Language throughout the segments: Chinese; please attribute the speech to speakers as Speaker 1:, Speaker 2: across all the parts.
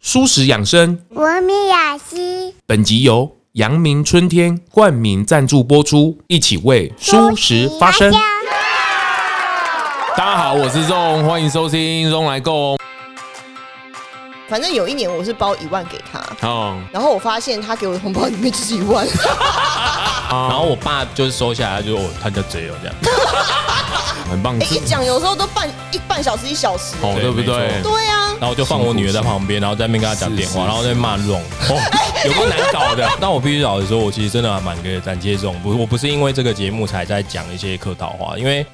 Speaker 1: 舒适养生。
Speaker 2: 文明雅集，
Speaker 1: 本集由阳明春天冠名赞助播出，一起为舒适发声。大家好，我是钟，欢迎收听钟来共。
Speaker 3: 反正有一年我是包一万给他，
Speaker 1: 哦，
Speaker 3: 然后我发现他给我的红包里面就是一 万，
Speaker 1: 然
Speaker 4: 然后我爸就是收下来，就哦，他叫贼哦这样。
Speaker 1: 很棒，
Speaker 3: 哎、一讲有时候都半一半小时一小时。
Speaker 1: 哦，对不
Speaker 4: 对
Speaker 1: 对
Speaker 4: 没？
Speaker 3: 对啊，
Speaker 4: 然后我就放我女儿在旁边，然后在那边跟她讲电
Speaker 1: 是是
Speaker 4: 话，然后在那边骂这种，哦，有够难搞的。但我必须老实说，我其实真的还蛮感感谢这种，不，我不是因为这个节目才在讲一些客套话，因为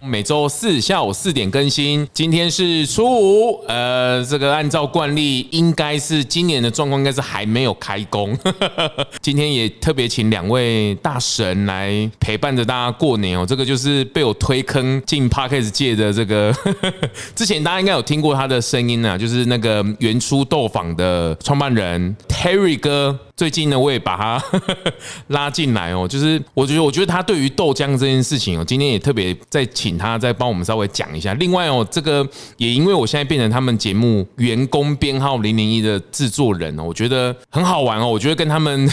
Speaker 1: 每周四下午四点更新，今天是初五，呃，这个按照惯例，应该是今年的状况应该是还没有开工。 今天也特别请两位大神来陪伴着大家过年哦。这个就是被我推坑进 Parkes 界的这个， 之前大家应该有听过他的声音啊，就是那个原初豆坊的创办人 Terry 哥。最近呢，我也把他 拉进来哦，就是我觉得，我觉得他对于豆浆这件事情哦，今天也特别再请他再帮我们稍微讲一下。另外哦，这个也因为我现在变成他们节目员工编号零零一的制作人哦，我觉得很好玩哦。我觉得跟他们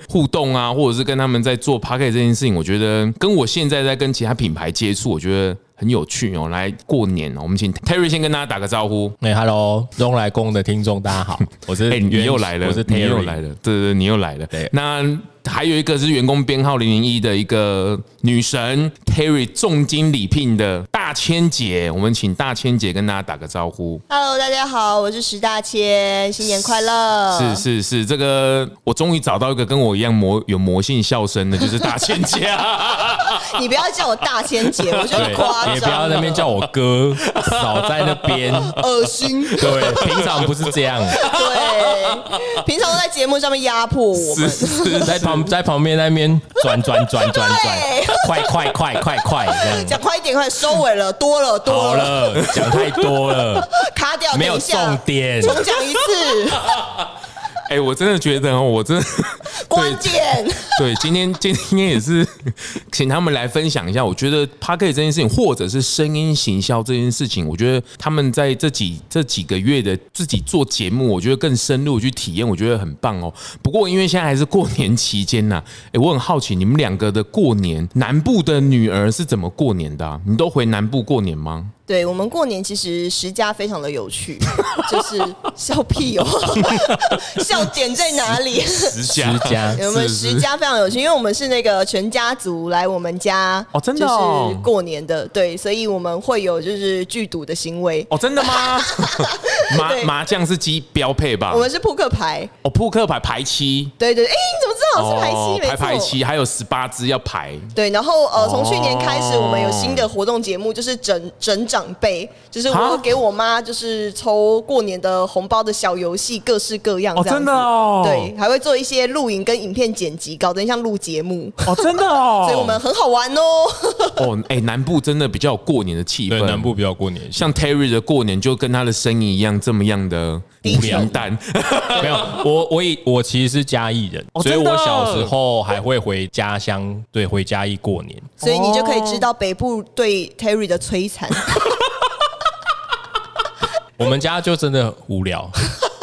Speaker 1: 互动啊，或者是跟他们在做 p a c k e t 这件事情，我觉得跟我现在在跟其他品牌接触，我觉得很有趣哦。来过年哦，我们请 Terry 先跟大家打个招呼。
Speaker 4: 哎、h e l l o 中来公的听众大家好，我是
Speaker 1: 哎、你
Speaker 4: 袁
Speaker 1: 又来了，
Speaker 4: 我是
Speaker 1: 你
Speaker 4: Terry，
Speaker 1: 又来了，对对对，你又来了。
Speaker 4: 对
Speaker 1: 那还有一个是员工编号零零一的一个女神 Terry 重金礼聘的大千姐，我们请大千姐跟大家打个招呼。
Speaker 3: ，Hello，大家好，我是石大千，新年快乐！
Speaker 1: 是是是，这个我终于找到一个跟我一样魔有魔性笑声的，就是大千姐、啊
Speaker 3: 你不要叫我大千 姐，我觉得夸张，啊
Speaker 4: 对，也不要在那边叫我 哥，少在那边，
Speaker 3: 恶心。
Speaker 4: 对，平常不是这样，
Speaker 3: 对，平常都在节目上面压迫我们。
Speaker 4: 在旁在旁边那边转转转转转
Speaker 3: 对，
Speaker 4: 快快快快快这样。
Speaker 3: 讲快一点，快点收尾了，多了
Speaker 4: 好
Speaker 3: 多了，
Speaker 4: 了， 讲太多了，
Speaker 3: 卡掉，
Speaker 4: 没有
Speaker 3: 等一
Speaker 4: 重
Speaker 3: 下，
Speaker 4: 点。
Speaker 3: 重讲一 次，
Speaker 1: 哎、我真的觉得哦，我真的
Speaker 3: 关键。
Speaker 1: 对，今天今天也是请他们来分享一下，我觉得 p a c k e t 这件事情，或者是声音行销这件事情，我觉得他们在这几这几个月的自己做节目，我觉得更深入去体验，我觉得很棒哦。不过因为现在还是过年期间呐、诶，我很好奇你们两个的过年，南部的女儿是怎么过年的啊、你都回南部过年吗？
Speaker 3: 对我们过年其实十家非常的有趣，就是笑屁哦， 笑点在哪里？
Speaker 1: 十
Speaker 4: 十家
Speaker 3: 我们十家非常有趣，因为我们是那个全家族来我们家
Speaker 1: 哦真的哦
Speaker 3: 就是过年的，对，所以我们会有就是剧赌的行为。
Speaker 1: 哦，真的吗？麻
Speaker 3: 对
Speaker 1: 麻将是鸡标配吧
Speaker 3: 我？们是扑克牌，
Speaker 1: 哦，扑克牌排七。
Speaker 3: 对对，哎、你怎么知道是排七？没
Speaker 1: 哦排
Speaker 3: 错，
Speaker 1: 排七，还有十八只要排。
Speaker 3: 对，然后呃，从去年开始，
Speaker 1: 哦
Speaker 3: 我们有新的活动节目，就是整整长辈，就是我
Speaker 1: 哈
Speaker 3: 会给我妈就是抽过年的红包的小游戏，各式各样
Speaker 1: 哦
Speaker 3: 这样
Speaker 1: 真
Speaker 3: 子
Speaker 1: 的哦
Speaker 3: 对，还会做一些录影跟影片剪辑，搞得像录节目，
Speaker 1: 哦，真的哦，
Speaker 3: 所以我们很好玩哦。
Speaker 1: 哦，哎、南部真的比较有过年的气
Speaker 4: 对
Speaker 1: 氛。
Speaker 4: 南部比较过年，像
Speaker 1: 像 Terry 的过年就跟他的声音一样，这么样的
Speaker 3: 低沉
Speaker 1: 平 淡。
Speaker 4: 没有我我以我其实是嘉义人，
Speaker 1: 哦
Speaker 4: 所以
Speaker 1: 真的
Speaker 4: 我小时候还会回家乡，对，回嘉义过年。
Speaker 3: 所以你就可以知道北部对 Terry 的摧残。
Speaker 4: 我们家就真的很无聊，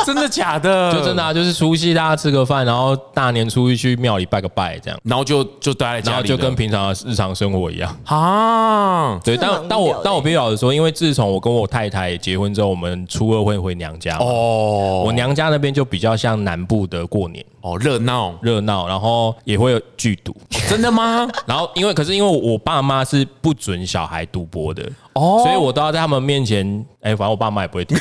Speaker 1: 真的假的？
Speaker 4: 就真的、啊、就是除夕大家吃个饭，然后大年初一去庙里拜个拜这样，
Speaker 1: 然后就就待在
Speaker 4: 然
Speaker 1: 家
Speaker 4: 后
Speaker 1: 里了，
Speaker 4: 就跟平常的日常生活一 样。
Speaker 1: 啊，
Speaker 4: 对，
Speaker 3: 真的
Speaker 4: 但
Speaker 3: 蛮
Speaker 4: 但
Speaker 3: 无聊
Speaker 4: 我
Speaker 3: 的
Speaker 4: 但我必须老实说，因为自从我跟我太太结婚之后，我们初二会回娘家。哦，
Speaker 1: 哦
Speaker 4: 我娘家那边就比较像南部的过年，
Speaker 1: 哦热 闹，
Speaker 4: 热闹，然后也会有剧毒。
Speaker 1: 真的吗？
Speaker 4: 然后因为可是因为我爸妈是不准小孩赌博的，
Speaker 1: 哦，
Speaker 4: 所以我都要在他们面前，哎、反正我爸妈也不会赌。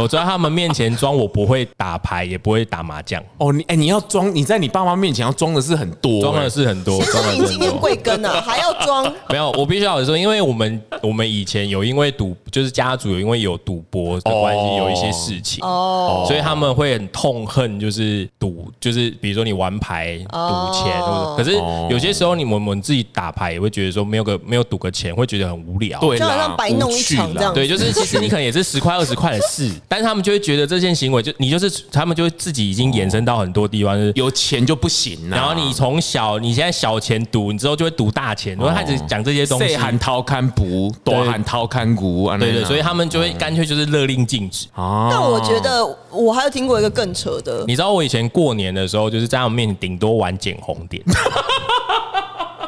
Speaker 4: 我在他们面前装我不会打牌，也不会打麻将，
Speaker 1: 哦你哎、你要装你在你爸妈面前要装的是很多、
Speaker 4: 装的
Speaker 1: 哎
Speaker 4: 是很多，
Speaker 3: 谁
Speaker 4: 装
Speaker 3: 说
Speaker 4: 的
Speaker 3: 你
Speaker 4: 是
Speaker 3: 今天
Speaker 4: 很多。
Speaker 3: 贵庚啊？还要 装？
Speaker 4: 没有，我必须要说，因为我们我们以前有因为赌，就是家族有因为有赌博的关
Speaker 1: 哦
Speaker 4: 系，有一些事情，
Speaker 3: 哦
Speaker 4: 所以他们会很痛恨，就是赌，就是比如说你玩牌
Speaker 3: 哦
Speaker 4: 赌钱，或者可是
Speaker 1: 哦
Speaker 4: 有些时候你们我们自己打牌也会觉得说没有个没有赌个钱，会觉得很无聊。
Speaker 1: 对
Speaker 3: 就
Speaker 1: 啦，
Speaker 3: 好像白弄一场
Speaker 1: 无趣啦
Speaker 3: 这样
Speaker 4: 对，就是其实你可能也是十块二十块的事，但是他们就会觉得这件行为就你就是他们就会自己已经延伸到
Speaker 1: 哦
Speaker 4: 很多地方，就是
Speaker 1: 有钱就不行啦。啊
Speaker 4: 然后你从小你现在小钱赌，你之后就会赌大钱，都开始讲这些东西
Speaker 1: 谁。喊掏看补，多喊掏看啊骨，
Speaker 4: 对对，所以
Speaker 1: 以
Speaker 4: 他们就会干脆就是勒令禁止。
Speaker 1: 啊
Speaker 3: 但我觉得我还有听过一个更扯的，
Speaker 4: 哦你知道我以前过年的时候，就是在他们面前顶多玩捡红点，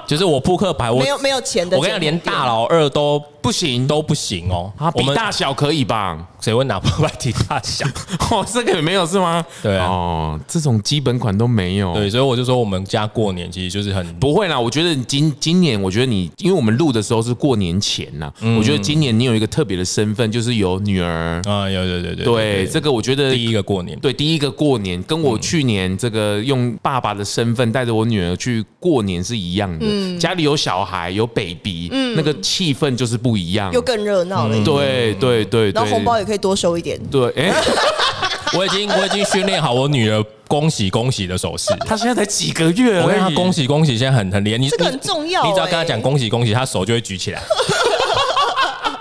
Speaker 4: 就是我扑克牌，我
Speaker 3: 没有没有钱的，
Speaker 4: 我跟你讲，连大老二都
Speaker 1: 不行
Speaker 4: 都不行哦。
Speaker 1: 啊，
Speaker 4: 我
Speaker 1: 比
Speaker 4: 们
Speaker 1: 大小可以吧？
Speaker 4: 谁会拿破牌提大小？
Speaker 1: 哦，这个也没有是吗？
Speaker 4: 对啊
Speaker 1: 哦，这种基本款都没有。
Speaker 4: 对，所以我就说我们家过年其实就是很
Speaker 1: 哦不会啦，我觉得你今今年，我觉得你，因为我们录的时候是过年前呐，
Speaker 4: 嗯
Speaker 1: 我觉得今年你有一个特别的身份，就是有女儿。
Speaker 4: 啊，有对对对
Speaker 1: 对，这个我觉得
Speaker 4: 第一个过年，
Speaker 1: 对，第一个过年跟我去年这个用爸爸的身份带着我女儿去过年是一样的。
Speaker 3: 嗯
Speaker 1: 家里有小孩有 baby，、那个气氛就是不一样。
Speaker 3: 又更热闹了
Speaker 4: 嗯
Speaker 3: 一点，
Speaker 1: 对对对对，
Speaker 3: 然后红包也可以多收一点。
Speaker 1: 对，哎、
Speaker 4: 我已经我已经训练好我女儿恭喜恭喜的手势。
Speaker 1: 她现在才几个月而已，
Speaker 4: 我跟她恭喜恭喜，现在很很厉害。你
Speaker 3: 这个很重要
Speaker 4: 你只要跟她
Speaker 3: 欸
Speaker 4: 讲恭喜恭喜，她手就会举 起来。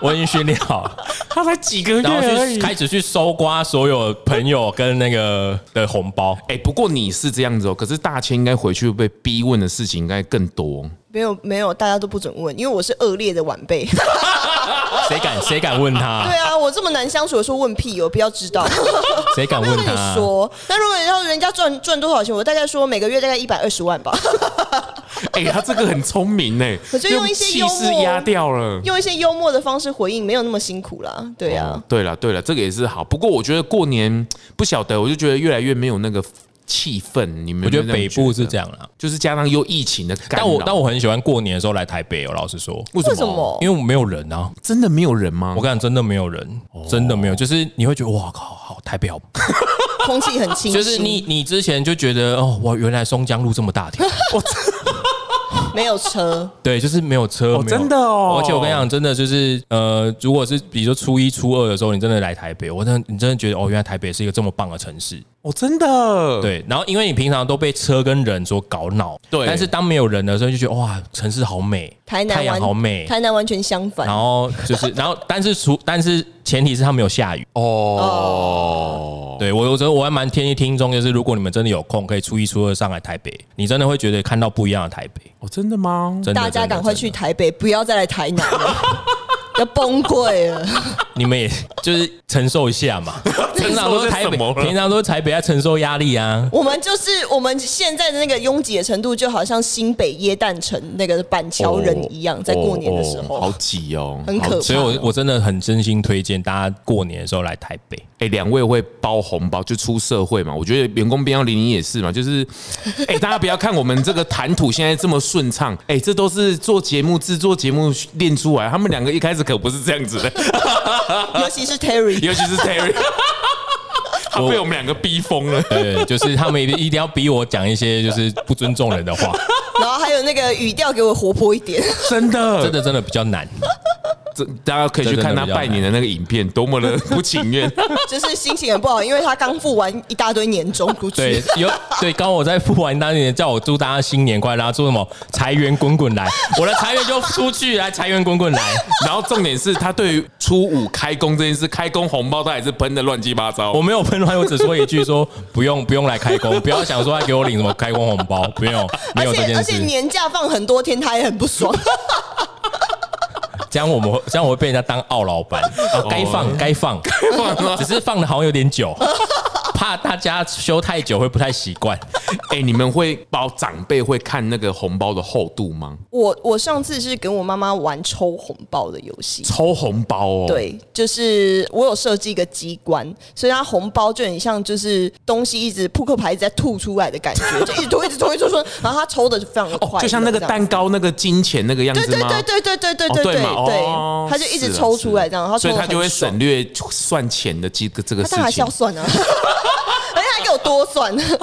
Speaker 4: 我已经训练好了，
Speaker 1: 她才几个月
Speaker 4: 然后
Speaker 1: 而已
Speaker 4: 去。开始去搜刮所有朋友跟那个的红包。
Speaker 1: 哎、不过你是这样子哦，可是大千应该回去被逼问的事情应该更多。
Speaker 3: 没有没有，大家都不准问，因为我是恶劣的晚辈。
Speaker 4: 谁敢谁敢问他
Speaker 3: 对？啊，我这么难相处的时候问屁哦，不要知 道。
Speaker 4: 谁敢
Speaker 3: 不
Speaker 4: 问
Speaker 3: 要跟
Speaker 4: 他
Speaker 3: 你？说，那如果要人家赚赚多少钱，我大概说每个月大概一百二十万吧，
Speaker 1: 哎、她这个很聪明呢，
Speaker 3: 我就用一些
Speaker 1: 气
Speaker 3: 幽
Speaker 1: 势
Speaker 3: 默
Speaker 1: 压掉了。
Speaker 3: 用一些幽默的方式回应，没有那么辛苦啦。对啊
Speaker 1: 哦，对了对了，这个也是好。不过我觉得过年不晓得，我就觉得越来越没有那个气氛。你们
Speaker 4: 我
Speaker 1: 有没
Speaker 4: 觉
Speaker 1: 有
Speaker 4: 得
Speaker 1: 那种
Speaker 4: 北部是
Speaker 1: 觉
Speaker 4: 这样啦
Speaker 1: 得，，就是加上又疫情的干
Speaker 4: 但
Speaker 1: 扰。
Speaker 4: 我但我很喜欢过年的时候来台北哦。老实说，
Speaker 1: 为什么？
Speaker 3: 为什么
Speaker 4: 因为我没有人啊，
Speaker 1: 真的没有人吗
Speaker 4: 我？跟你讲，真的没有人，
Speaker 1: 哦
Speaker 4: 真的没有，就是你会觉得哇靠，好台北好，
Speaker 3: 空气很清新，
Speaker 4: 就是你你之前就觉得哦，哇，原来松江路这么 大条，
Speaker 1: 哦
Speaker 3: 没有车，
Speaker 4: 对，就是没有车，
Speaker 1: 哦
Speaker 4: 没有
Speaker 1: 真的哦
Speaker 4: 而且我跟你讲，真的就是呃，如果是比如说初一初二的时候，你真的来台北，我真的你真的觉得哦，原来台北是一个这么棒的城市，
Speaker 1: 哦，真的。，
Speaker 4: 对。然后因为你平常都被车跟人所搞恼，
Speaker 1: 对
Speaker 4: 但是当没有人的时候，就觉得哇，城市好美，
Speaker 3: 台南
Speaker 4: 太阳
Speaker 3: 完
Speaker 4: 好美，
Speaker 3: 台南完全相反
Speaker 4: 然。后就是，然后但是除但是前提是他们有下雨。
Speaker 1: 哦，
Speaker 4: 对我，我觉得我还蛮建议听众，就是如果你们真的有空，可以初一初二上来台北，你真的会觉得看到不一样的台北。
Speaker 1: 哦，真的吗？
Speaker 4: 真的，
Speaker 3: 大家
Speaker 4: 真的
Speaker 3: 赶快
Speaker 4: 真的
Speaker 3: 去台北，不要再来台南 了，要崩溃了。
Speaker 4: 你们 也就是承受一下嘛。平常都是台
Speaker 1: 承受是什
Speaker 4: 北
Speaker 1: 么，了
Speaker 4: 平常都是台北在承受压力啊。
Speaker 3: 我们就是我们现在的那个拥挤的程度，就好像新北耶诞城那个板桥人一样，在过年的时
Speaker 1: 哦哦
Speaker 3: 候，
Speaker 1: 好挤哦。
Speaker 3: 很可怕。
Speaker 4: 所以我，我真的很真心推荐大家过年的时候来台北。
Speaker 1: 哎、两位会包红包就出社会嘛？我觉得员工编幺零零也是嘛，就是，哎、大家不要看我们这个谈吐现在这么顺畅，哎、这都是做节目制作节目练出来。他们两个一开始可不是这样子的，
Speaker 3: 尤其是 Terry，
Speaker 1: 尤其是 Terry，他被我们两个逼疯了。
Speaker 4: 对，就是他们一定一定要逼我讲一些就是不尊重人的 话，
Speaker 3: 然后还有那个语调给我活泼一点，
Speaker 1: 真的，
Speaker 4: 真的真的比较难。
Speaker 1: 这大家可以去看他拜年的那个影片，多么的不情愿。
Speaker 3: 就是心情很不好，因为他刚付完一大堆年终出
Speaker 4: 对
Speaker 3: 去，，
Speaker 4: 有对，刚我在付完当年叫我祝大家新年快乐，说什么财源滚滚来，我的财源就出去来，财源滚滚来。
Speaker 1: 然后重点是他对于初五开工这件事，开工红包他也是喷的乱七八糟。
Speaker 4: 我没有喷乱，我只说一句说不用不用来开工，不要想说他给我领什么开工红包，不用没
Speaker 3: 而
Speaker 4: 有这
Speaker 3: 且
Speaker 4: 件
Speaker 3: 而且
Speaker 4: 事。
Speaker 3: 年假放很多天，他也很不爽。
Speaker 4: 这样我们会这样我会被人家当奥老板，啊该放 该放，只是放的好像有点久，怕大家休太久会不太习惯。
Speaker 1: 哎、你们会包长辈会看那个红包的厚度吗？
Speaker 3: 我我上次是跟我妈妈玩抽红包的游戏。
Speaker 1: 抽红包哦，，
Speaker 3: 对，就是我有设计一个机关，所以它红包就很像就是东西一直扑克牌一直在吐出来的感觉，就一直吐一直吐一直吐，然后它抽的就非常的快、
Speaker 1: 哦就像那个
Speaker 3: 这样
Speaker 1: 蛋糕那个金钱那个样
Speaker 3: 对
Speaker 1: 子
Speaker 3: 对
Speaker 1: 吗？
Speaker 3: 对对对对对
Speaker 1: 哦
Speaker 3: 对对
Speaker 1: 嘛哦
Speaker 3: 对，它就一直
Speaker 1: 是啊
Speaker 3: 抽出来
Speaker 1: 是
Speaker 3: 这样，然后
Speaker 1: 所以
Speaker 3: 抽得
Speaker 1: 他就会
Speaker 3: 很爽
Speaker 1: 省略算钱的这个这个
Speaker 3: 他
Speaker 1: 事
Speaker 3: 当然还是
Speaker 1: 情
Speaker 3: 要。算啊。 而且还给我多算，我 都全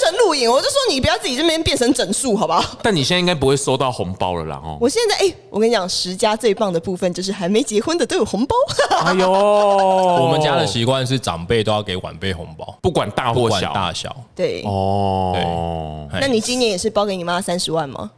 Speaker 3: 程录影，我就说你不要自己这边变成整数，好不好？
Speaker 1: 但你现在应该不会收到红包了啦哦。
Speaker 3: 我现在哎、我跟你讲，十家最棒的部分就是还没结婚的都有红包，
Speaker 1: 哎呦，
Speaker 4: 我
Speaker 1: 我
Speaker 4: 们家的习惯是长辈都要给晚辈红包，
Speaker 1: 不管大
Speaker 4: 不
Speaker 1: 或
Speaker 4: 管
Speaker 1: 小
Speaker 4: 大小。
Speaker 3: 对。
Speaker 1: 哦。
Speaker 4: 哎
Speaker 3: 那你今年也是包给你妈三十万吗？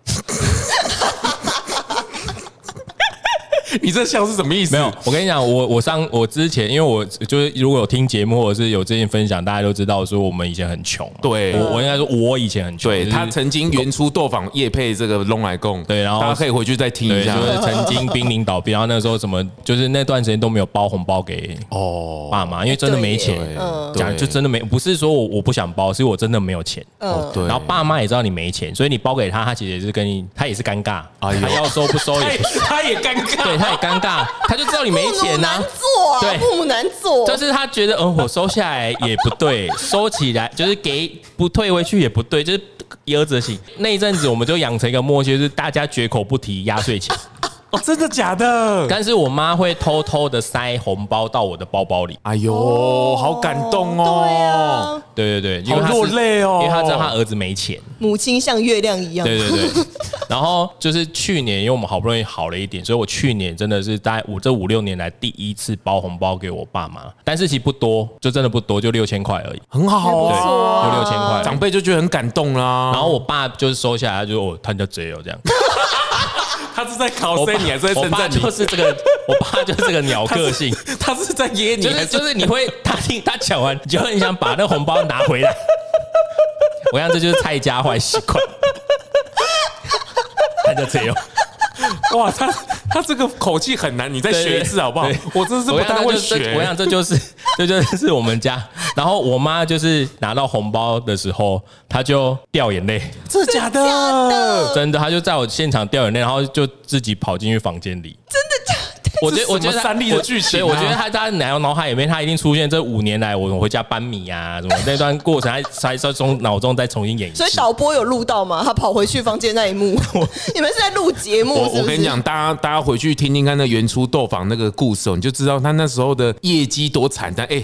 Speaker 1: 你这笑是什么意思？
Speaker 4: 没有，我跟你讲，我我上我之前，因为我就是如果有听节目或者是有最近分享，大家都知道说我们以前很穷嘛。啊
Speaker 1: 对
Speaker 4: 我我应该说我以前很穷，
Speaker 1: 对
Speaker 4: 就是
Speaker 1: 他曾经原出豆坊夜配这个龙来贡，
Speaker 4: 对然后
Speaker 1: 大家可以回去再听
Speaker 4: 对，
Speaker 1: 一
Speaker 4: 就
Speaker 1: 下。
Speaker 4: 是曾经濒临倒闭，然后那时候什么，就是那段时间都没有包红包给
Speaker 1: 哦
Speaker 4: 爸妈，因为真的没钱
Speaker 3: 哎对耶，
Speaker 1: 嗯
Speaker 4: 讲就真的没，不是说我我不想包，是我真的没有钱。
Speaker 3: 嗯
Speaker 1: 哦对，
Speaker 4: 然后爸妈也知道你没钱，所以你包给他，他其实也是跟你，他也是尴尬，
Speaker 1: 哎呦
Speaker 4: 他要收不收
Speaker 1: 他
Speaker 4: 也
Speaker 1: 也
Speaker 4: 不是，
Speaker 1: 他也尴尬，
Speaker 4: 对，他也尴尬，他就知道你没
Speaker 3: 父母
Speaker 4: 钱呐、
Speaker 3: 难做啊，
Speaker 4: 对
Speaker 3: 父母难做，
Speaker 4: 但是他觉得，嗯，我收下来也不对，收起来就是给不退回去也不对，就是以讹折行。那一阵子我们就养成一个默契，就是大家绝口不提压岁钱，
Speaker 1: 哦，真的假的？
Speaker 4: 但是我妈会偷偷的塞红包到我的包包里。
Speaker 1: 哎呦，好感动
Speaker 3: 对
Speaker 1: 哦！
Speaker 3: 啊，
Speaker 4: 对对对，因为她是
Speaker 1: 好落泪哦
Speaker 4: 因为她知道她儿子没钱。
Speaker 3: 母亲像月亮一样，
Speaker 4: 对对 对，然后就是去年，因为我们好不容易好了一点，所以我去年真的是大概我这五六年来第一次包红包给我爸妈，但是其实不多，就真的不多，就六千块而已，
Speaker 1: 很好
Speaker 3: 还不错
Speaker 1: 啊，
Speaker 3: 啊
Speaker 4: 就六千块。
Speaker 1: 长辈就觉得很感动啊啦。
Speaker 4: 然后我爸就是收下来，就说哦，他叫贼哦这样。
Speaker 1: 他是在考
Speaker 4: 我
Speaker 1: 谁，
Speaker 4: 爸
Speaker 1: 哦你还是在
Speaker 4: 我
Speaker 1: 称
Speaker 4: 爸
Speaker 1: 赞你
Speaker 4: 就？是这个， 我爸就是这个鸟个性，
Speaker 1: 他是在噎你，
Speaker 4: 就
Speaker 1: 还
Speaker 4: 是就是你会他听他讲完，你就很想把那红包拿回 来。我想这就是蔡家坏习惯。他叫贼哦，
Speaker 1: 哇，他他这个口气很难，你再
Speaker 4: 对对
Speaker 1: 学一次好不好
Speaker 4: 对？
Speaker 1: 我真的是
Speaker 4: 我
Speaker 1: 不
Speaker 4: 想
Speaker 1: 太
Speaker 4: 这
Speaker 1: 会
Speaker 4: 就
Speaker 1: 学。
Speaker 4: 这我想这就是这就是我们家。然后我妈就是拿到红包的时候，她就掉眼泪，
Speaker 1: 真的假的？
Speaker 4: 真的，她就在我现场掉眼泪，然后就自己跑进去房间里。我觉
Speaker 1: 这
Speaker 4: 得，
Speaker 1: 是
Speaker 4: 我觉
Speaker 1: 什
Speaker 4: 得
Speaker 1: 么三立的剧情啊
Speaker 4: 对，我觉得他在脑脑海里面，他一定出现这五年来我回家搬米啊什么那段过程，还在从脑中再重新演一次
Speaker 3: 所以。导播有录到吗？他跑回去房间那一 幕，你们是在录节目
Speaker 1: 我
Speaker 3: 是不是？
Speaker 1: 我跟你讲，大家大家回去听听看那原初豆坊那个故事哦，你就知道他那时候的业绩多惨淡。哎、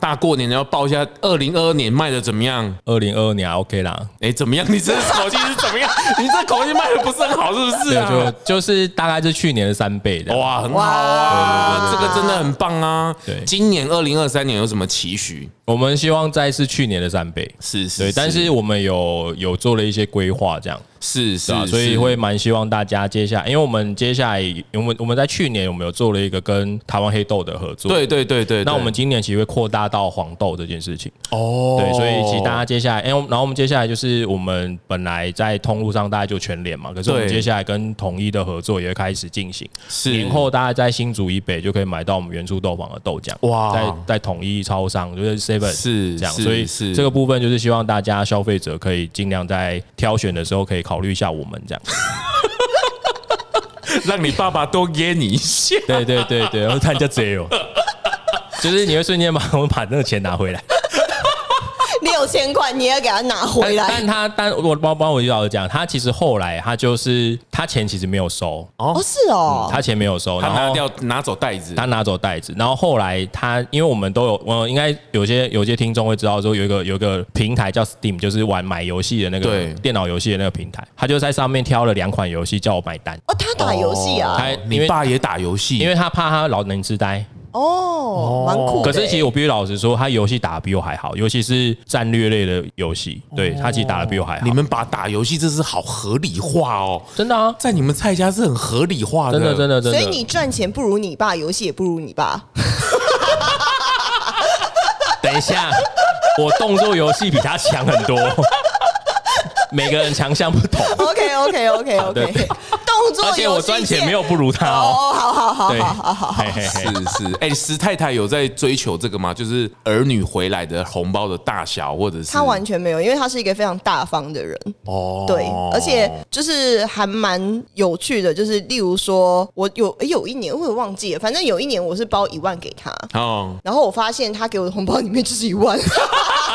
Speaker 1: 大过年的要报一下二零二二年卖的怎么样？
Speaker 4: 二零二二年啊 OK 啦，
Speaker 1: 哎、怎么样？你这口气是怎 么样？你这口气卖的不是很好，是不是
Speaker 4: 对，
Speaker 1: 啊
Speaker 4: 就？就是大概是去年的三倍的。
Speaker 1: 哇，很好啊，
Speaker 3: 哇
Speaker 1: 这个真的很棒啊！
Speaker 4: 对
Speaker 1: 今年二零二三年有什么期许？
Speaker 4: 我们希望再是去年的三倍，
Speaker 1: 是是，
Speaker 4: 对，但是我们有有做了一些规划，这样。
Speaker 1: 是是
Speaker 4: 对啊，，所以
Speaker 1: 是
Speaker 4: 会蛮希望大家接下来，因为我们接下来，我们我们在去年我们有做了一个跟台湾黑豆的合作，
Speaker 1: 对对对对。
Speaker 4: 那
Speaker 1: 对
Speaker 4: 我们今年其实会扩大到黄豆这件事情，
Speaker 1: 哦，
Speaker 4: 对，所以其实大家接下来，哎、然后我们接下来就是我们本来在通路上大概就全联嘛，可是我们
Speaker 1: 对
Speaker 4: 接下来跟统一的合作也会开始进行，
Speaker 1: 是
Speaker 4: 年后大家在新竹以北就可以买到我们原初豆坊的豆浆，
Speaker 1: 哇
Speaker 4: 在在统一超商就是 Seven
Speaker 1: 是
Speaker 4: 这样，
Speaker 1: 是
Speaker 4: 所以
Speaker 1: 是
Speaker 4: 这个部分就是希望大家消费者可以尽量在挑选的时候可以考虑一下我们 这样，
Speaker 1: 让你爸爸多噎你一下。
Speaker 4: 对对对对，然后他叫 贼哦，就是你会瞬间把我们把那个钱拿回来。
Speaker 3: 六千块你也给他拿回
Speaker 4: 但
Speaker 3: 来
Speaker 4: 但。他但我帮帮我遇到讲，他其实后来他就是他钱其实没有收，
Speaker 3: 哦，是哦，
Speaker 4: 嗯他钱没有收，
Speaker 1: 他
Speaker 4: 然
Speaker 1: 拿
Speaker 4: 后
Speaker 1: 掉拿走袋子，
Speaker 4: 他拿走袋子，然后后来他因为我们都有，我应该有些有些听众会知道说有一个有一个平台叫 Steam，就是玩买游戏的那个
Speaker 1: 对
Speaker 4: 电脑游戏的那个平台，他就在上面挑了两款游戏叫我买单，
Speaker 3: 哦，他打游戏啊，
Speaker 4: 他因
Speaker 1: 哦你
Speaker 4: 为
Speaker 1: 爸也打游戏，
Speaker 4: 因为他怕他老能痴呆，
Speaker 3: 哦，蛮酷的欸。
Speaker 4: 可是其实我必须老实说，他游戏打得比我还好，尤其是战略类的游戏，对
Speaker 3: 哦
Speaker 4: 他其实打得比我还好，
Speaker 1: 你们把打游戏这是好合理化哦，
Speaker 4: 真的啊，
Speaker 1: 在你们蔡家是很合理化的，
Speaker 4: 真的真的真的，
Speaker 3: 所以你赚钱不如你爸，游戏也不如你 爸。
Speaker 4: 等一下，我动作游戏比他强很多，每个人强项不同，
Speaker 3: OK OK OK
Speaker 4: 的
Speaker 3: OK，动作
Speaker 4: 而且我
Speaker 3: 游戏
Speaker 4: 赚钱
Speaker 3: 线
Speaker 4: 没有不如他
Speaker 3: 哦，
Speaker 4: 哦。
Speaker 3: 好好好
Speaker 4: 对，
Speaker 3: 好好好好
Speaker 4: 嘿，嘿嘿
Speaker 1: 是是，哎、石太太有在追求这个吗？就是儿女回来的红包的大小，或者是
Speaker 3: 他完全没有，因为他是一个非常大方的人。
Speaker 1: 哦
Speaker 3: 对，而且就是还蛮有趣的，就是例如说，我有诶有一年我也忘记了，反正有一年我是包一万给他，
Speaker 1: 哦，
Speaker 3: 然后我发现他给我的红包里面就是一万，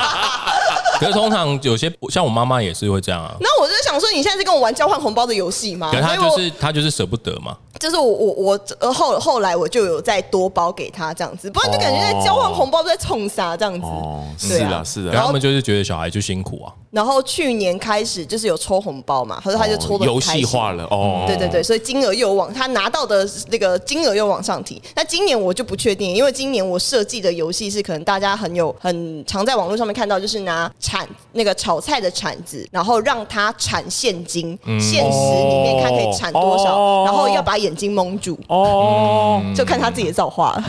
Speaker 4: 可是通常有些像我妈妈也是会这样啊，
Speaker 3: 那我就想说，你现在是跟我玩交换红包的游戏吗？
Speaker 4: 可是
Speaker 3: 所
Speaker 4: 她
Speaker 3: 以嗯我
Speaker 4: 就是她就是舍不得嘛。
Speaker 3: 就是我我我呃后后来我就有再多包给他这样子，不然就感觉在交换红包在冲杀这样子。
Speaker 1: 哦，是
Speaker 3: 对啊嗯
Speaker 1: 啦是
Speaker 4: 然
Speaker 1: 啦，
Speaker 4: 后他们就是觉得小孩就辛苦啊，
Speaker 3: 然后去年开始就是有抽红包嘛，他说他就抽的
Speaker 1: 哦游戏化了哦，
Speaker 3: 对对对，，所以金额又往他拿到的那个金额又往上提。那今年我就不确定，因为今年我设计的游戏是可能大家很有很常在网络上面看到，就是拿铲那个炒菜的铲子，然后让它铲现金，现实里面看可以铲多少，
Speaker 1: 嗯哦
Speaker 3: 然后要把眼睛蒙住，
Speaker 1: 哦
Speaker 3: 就看他自己的造化了。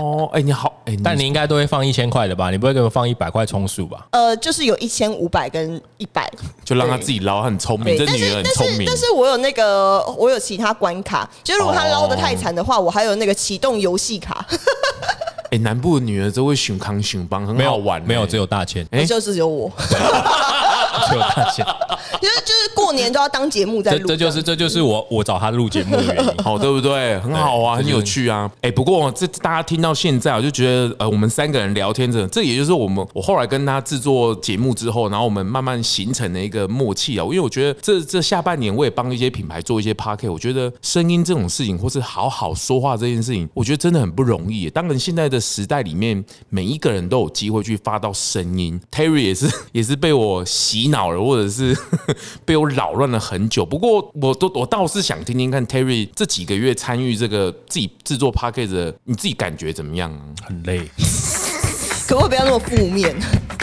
Speaker 1: 哦，哎，你好，哎，
Speaker 4: 嗯但你应该都会放一千块的吧？你不会给我放一百块充数吧？
Speaker 3: 呃，就是有一千五百跟一百，
Speaker 1: 就让他自己捞，很
Speaker 4: 哦
Speaker 1: 聪明，
Speaker 3: 对，
Speaker 1: 这
Speaker 3: 但
Speaker 1: 女
Speaker 3: 是
Speaker 1: 人很
Speaker 3: 但
Speaker 1: 聪
Speaker 3: 是
Speaker 1: 明
Speaker 3: 但。是我有那个我有其他关卡，就是如果他捞的太惨的话，我还有那个启动游戏卡，
Speaker 1: 哎，南部的女儿都会寻康寻帮，
Speaker 3: 嗯
Speaker 1: 很
Speaker 4: 没
Speaker 1: 好
Speaker 4: 有
Speaker 3: 欸
Speaker 1: 玩，
Speaker 4: 没有，只
Speaker 1: 有
Speaker 4: 有 大千，
Speaker 1: 哎
Speaker 3: 就是只有我。
Speaker 4: 只有大千。
Speaker 3: 就是就是过年都要当节目在
Speaker 4: 这
Speaker 3: 录，
Speaker 4: 这就是这就是我我找他录节目的 原因。
Speaker 1: 哦好，对不对？很好啊，
Speaker 4: 对
Speaker 1: 很有趣啊。哎，不过这大家听到现在，我就觉得，呃，我们三个人聊天着，这也就是我们我后来跟他制作节目之后，然后我们慢慢形成的一个默契啊。因为我觉得这这下半年我也帮一些品牌做一些 p a r k e t 我觉得声音这种事情，或是好好说话这件事情，我觉得真的很不容易。当然，现在的时代里面，每一个人都有机会去发到声音。Terry 也是 也是被我洗脑了，或者是 被我扰乱了很久。不过我都我倒是想听听看 Terry 这几个月参与这个自己制作 p a c k a g e 的，你自己感觉怎么样啊？
Speaker 4: 很累，
Speaker 3: 可不可以不要那么负面？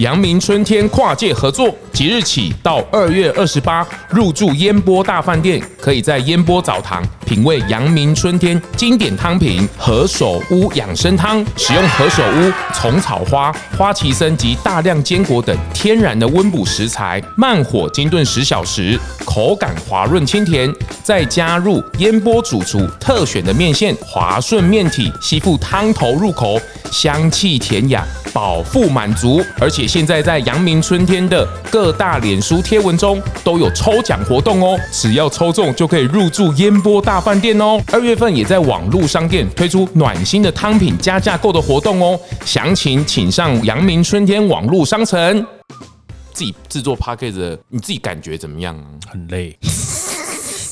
Speaker 1: 阳明春天跨界合作，即日起到二月二十八入住烟波大饭店，可以在烟波澡堂品味阳明春天经典汤品何首乌养生汤，使用何首乌、虫草花、花旗参及大量坚果等天然的温补食材，慢火煎炖十小时，口感滑润清甜，再加入烟波主厨特选的面线，滑顺面体，吸附汤头入口，香气甜雅。饱腹满足，而且现在在阳明春天的各大脸书贴文中都有抽奖活动哦，只要抽中就可以入住烟波大饭店哦。二月份也在网络商店推出暖心的汤品加价购的活动哦，详情请上阳明春天网络商城。自己制作 p a c k a g e 你自己感觉怎么样啊？
Speaker 4: 很累。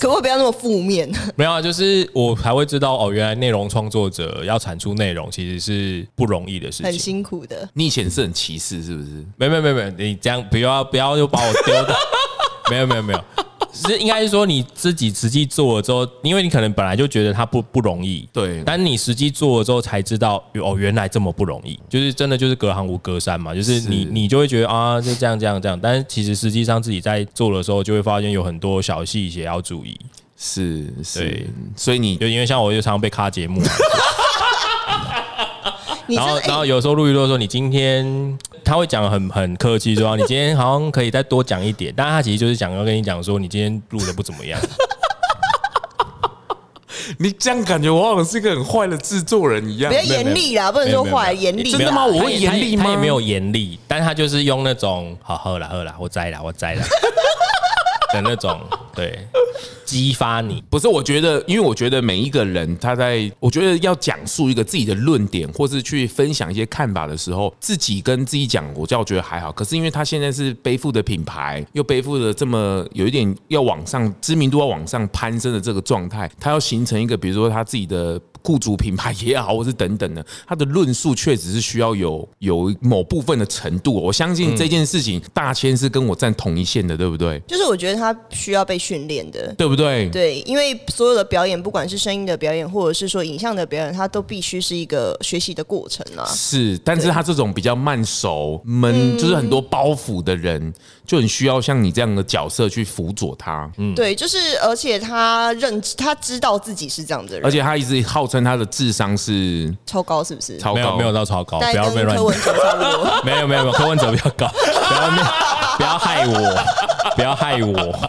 Speaker 3: 可不可以不要那么负面？
Speaker 4: 没有啊，就是我才会知道哦，原来内容创作者要产出内容其实是不容易的事
Speaker 3: 很
Speaker 4: 情。
Speaker 3: 辛苦的。
Speaker 1: 你以前是很歧视是不是？
Speaker 4: 没没没没，你这样不要不要又把我丢到， 没有没有没有，是应该是说你自己实际做了之后，因为你可能本来就觉得它不不容易，
Speaker 1: 对
Speaker 4: 但你实际做了之后才知道哦，原来这么不容易，就是真的就是隔行如隔山嘛，就是你
Speaker 1: 是
Speaker 4: 你就会觉得啊，就这样这样这样，但是其实实际上自己在做的时候，就会发现有很多小细节要注意，
Speaker 1: 是是
Speaker 4: 对，
Speaker 1: 所以你
Speaker 4: 就因为像我就常常被卡节目啊。
Speaker 3: 你
Speaker 4: 然
Speaker 3: 真
Speaker 4: 后
Speaker 3: 的，
Speaker 4: 然后
Speaker 3: 哎
Speaker 4: 有时候陆一洛说你今天他会讲得很很客气说啊你今天好像可以再多讲一点，但他其实就是想要跟你讲说你今天录的不怎么样。
Speaker 1: 你这样感觉我好像是一个很坏的制作人一样
Speaker 3: 比较严厉啦，不能说坏，严厉啦。
Speaker 1: 真的吗
Speaker 4: 没有
Speaker 1: 我会
Speaker 4: 他也
Speaker 1: 严厉吗
Speaker 4: 他也他也没有严厉，但他就是用那种好喝啦喝啦，我栽啦我栽啦的那种，对，激发你。
Speaker 1: 不是，我觉得，因为我觉得每一个人他在，我觉得要讲述一个自己的论点，或是去分享一些看法的时候，自己跟自己讲，我叫我觉得还好。可是因为他现在是背负的品牌，又背负的这么有一点要往上知名度要往上攀升的这个状态，他要形成一个，比如说他自己的雇主品牌也好，或是等等的，他的论述确实是需要有有某部分的程度。我相信这件事情，大千是跟我站同一线的，对不对？
Speaker 3: 就是我觉得他需要被训练的。
Speaker 1: 对不对？
Speaker 3: 对，因为所有的表演，不管是声音的表演，或者是说影像的表演，它都必须是一个学习的过程啊。
Speaker 1: 是，但是他这种比较慢熟、闷，就是很多包袱的人，就很需要像你这样的角色去辅佐他。嗯
Speaker 3: 对，就是而且他认知，他知道自己是这样的人，
Speaker 1: 而且他一直号称他的智商是
Speaker 3: 超高是不是？
Speaker 1: 超
Speaker 4: 没有
Speaker 1: 高，
Speaker 4: 没有到超高，
Speaker 3: 大
Speaker 4: 不
Speaker 3: 概
Speaker 4: 要被
Speaker 3: 跟
Speaker 4: 乱
Speaker 3: 柯文哲差不多。
Speaker 4: 没有没有没有，柯文哲比较高，不要 面不要害我，不要害我。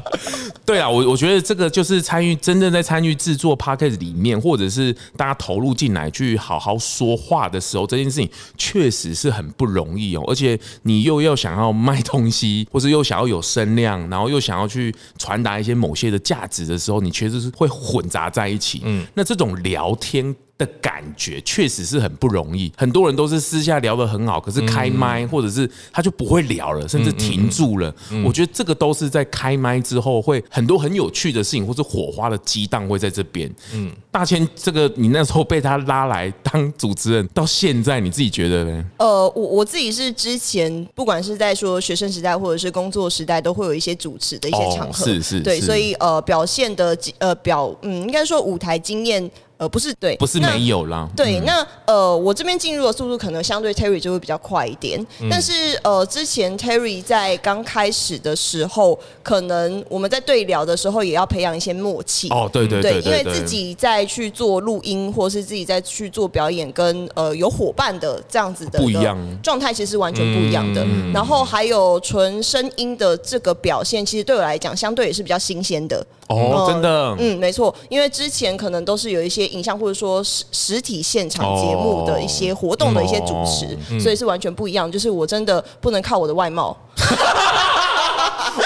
Speaker 1: 对啊，我我觉得这个就是参与真正在参与制作 p a c k a g e 里面，或者是大家投入进来去好好说话的时候，这件事情确实是很不容易哦。而且你又要想要卖东西，或是又想要有声量，然后又想要去传达一些某些的价值的时候，你确实是会混杂在一起。嗯，那这种聊天的感觉确实是很不容易，很多人都是私下聊得很好，可是开麦或者是他就不会聊了，甚至停住了。我觉得这个都是在开麦之后会很多很有趣的事情，或是火花的激荡会在这边。嗯，大千，这个你那时候被他拉来当主持人，到现在你自己觉得呢？
Speaker 3: 呃，我我自己是之前不管是在说学生时代或者是工作时代，都会有一些主持的一些
Speaker 1: 哦
Speaker 3: 场合，
Speaker 1: 是是
Speaker 3: 对，
Speaker 1: 是
Speaker 3: 所以呃，表现的经呃表嗯，应该说舞台经验呃不是对，
Speaker 1: 不是
Speaker 3: 那
Speaker 1: 没有嗯啦，
Speaker 3: 对，那呃，我这边进入的速度可能相对 Terry 就会比较快一点，
Speaker 1: 嗯
Speaker 3: 但是呃，之前 Terry 在刚开始的时候，可能我们在对聊的时候也要培养一些默契。
Speaker 1: 哦，对对对
Speaker 3: 因为自己在去做录音，或是自己在去做表演，跟呃有伙伴的这样子的
Speaker 1: 不一样嗯
Speaker 3: 状态，其实完全不一样的。然后还有纯声音的这个表现，其实对我来讲，相对也是比较新鲜的。
Speaker 1: 哦，
Speaker 3: 嗯
Speaker 1: 真的，
Speaker 3: 嗯，没错，因为之前可能都是有一些影像或者说实实体现场节目的一些活动的一些主持，
Speaker 1: 哦
Speaker 3: 所以是完全不一样。就是我真的不能靠我的外貌，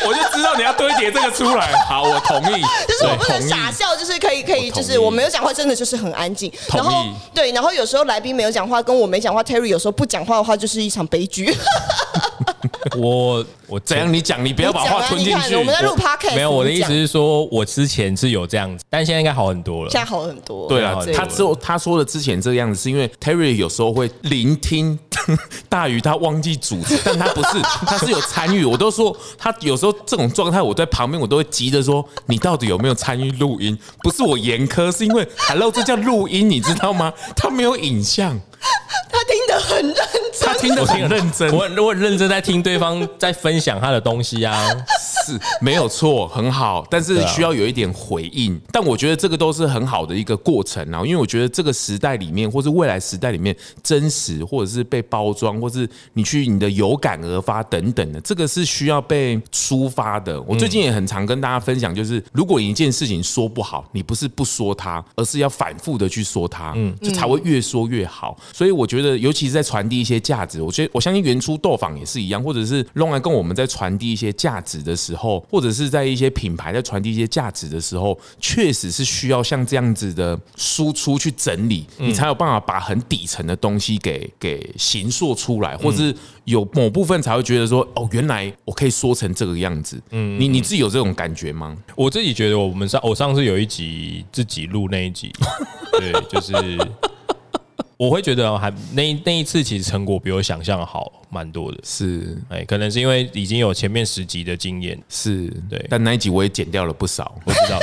Speaker 1: 我就知道你要堆叠这个出来。好，我同意，
Speaker 3: 就是我不能
Speaker 1: 对
Speaker 3: 傻笑，就是可以可
Speaker 1: 我
Speaker 3: 以，就
Speaker 1: 同意
Speaker 3: 是我没有讲话，真的就是很安静。
Speaker 1: 同意
Speaker 3: 然后对，然后有时候来宾没有讲话，跟我没讲话，Terry 有时候不讲话的话，就是一场悲剧。
Speaker 4: 我我
Speaker 1: 怎样？你讲，你不要把
Speaker 3: 你讲
Speaker 1: 话
Speaker 3: 啊
Speaker 1: 吞
Speaker 3: 你
Speaker 1: 进
Speaker 3: 看
Speaker 1: 去。
Speaker 3: 我们在录 podcast，
Speaker 4: 没有，我的
Speaker 3: 你
Speaker 4: 意
Speaker 3: 讲
Speaker 4: 思是说，我之前是有这样子，但现在应该好很多了。
Speaker 3: 现在好很多。
Speaker 1: 对啊了
Speaker 4: 了，解
Speaker 1: 他之后他说的之前这个样子，是因为 Terry 有时候会聆听 大于他忘记主持，但他不是，他是有参与。我都说他有时候这种状态，我在旁边我都会急着说：“你到底有没有参与录音？”不是我严苛，是因为 Hello 这叫录音，你知道吗？他没有影像，
Speaker 3: 他听得很认真
Speaker 1: 他。听得很认真，
Speaker 4: 我很我很认真在听对方 在分享他的东西啊，
Speaker 1: 是没有错，很好，但是
Speaker 4: 对啊
Speaker 1: 需要有一点回应。但我觉得这个都是很好的一个过程啊，因为我觉得这个时代里面，或是未来时代里面，真实或者是被包装，或是你去你的有感而发等等的，这个是需要被抒发的。我最近也很常跟大家分享，就是如果你一件事情说不好，你不是不说它，而是要反复的去说它，嗯，就才会越说越好。所以我觉得，尤其是在传递一些价值，我觉得我相信原初豆坊也是一样，或者是弄来跟我们在传递一些价值的时候，或者是在一些品牌在传递一些价值的时候，确实是需要像这样子的输出去整理，
Speaker 4: 嗯
Speaker 1: 你才有办法把很底层的东西给给形塑出来，或者是有某部分才会觉得说，哦，原来我可以说成这个样子。嗯，你你自己有这种感觉吗？
Speaker 4: 我自己觉得我们上我上次有一集自己录那一 集，对，就是我会觉得还那一那一次其实成果比我想象好蛮多的，
Speaker 1: 是
Speaker 4: 哎，可能是因为已经有前面十集的经验，
Speaker 1: 是，
Speaker 4: 对
Speaker 1: 但那一集我也剪掉了不少。
Speaker 4: 我知 道，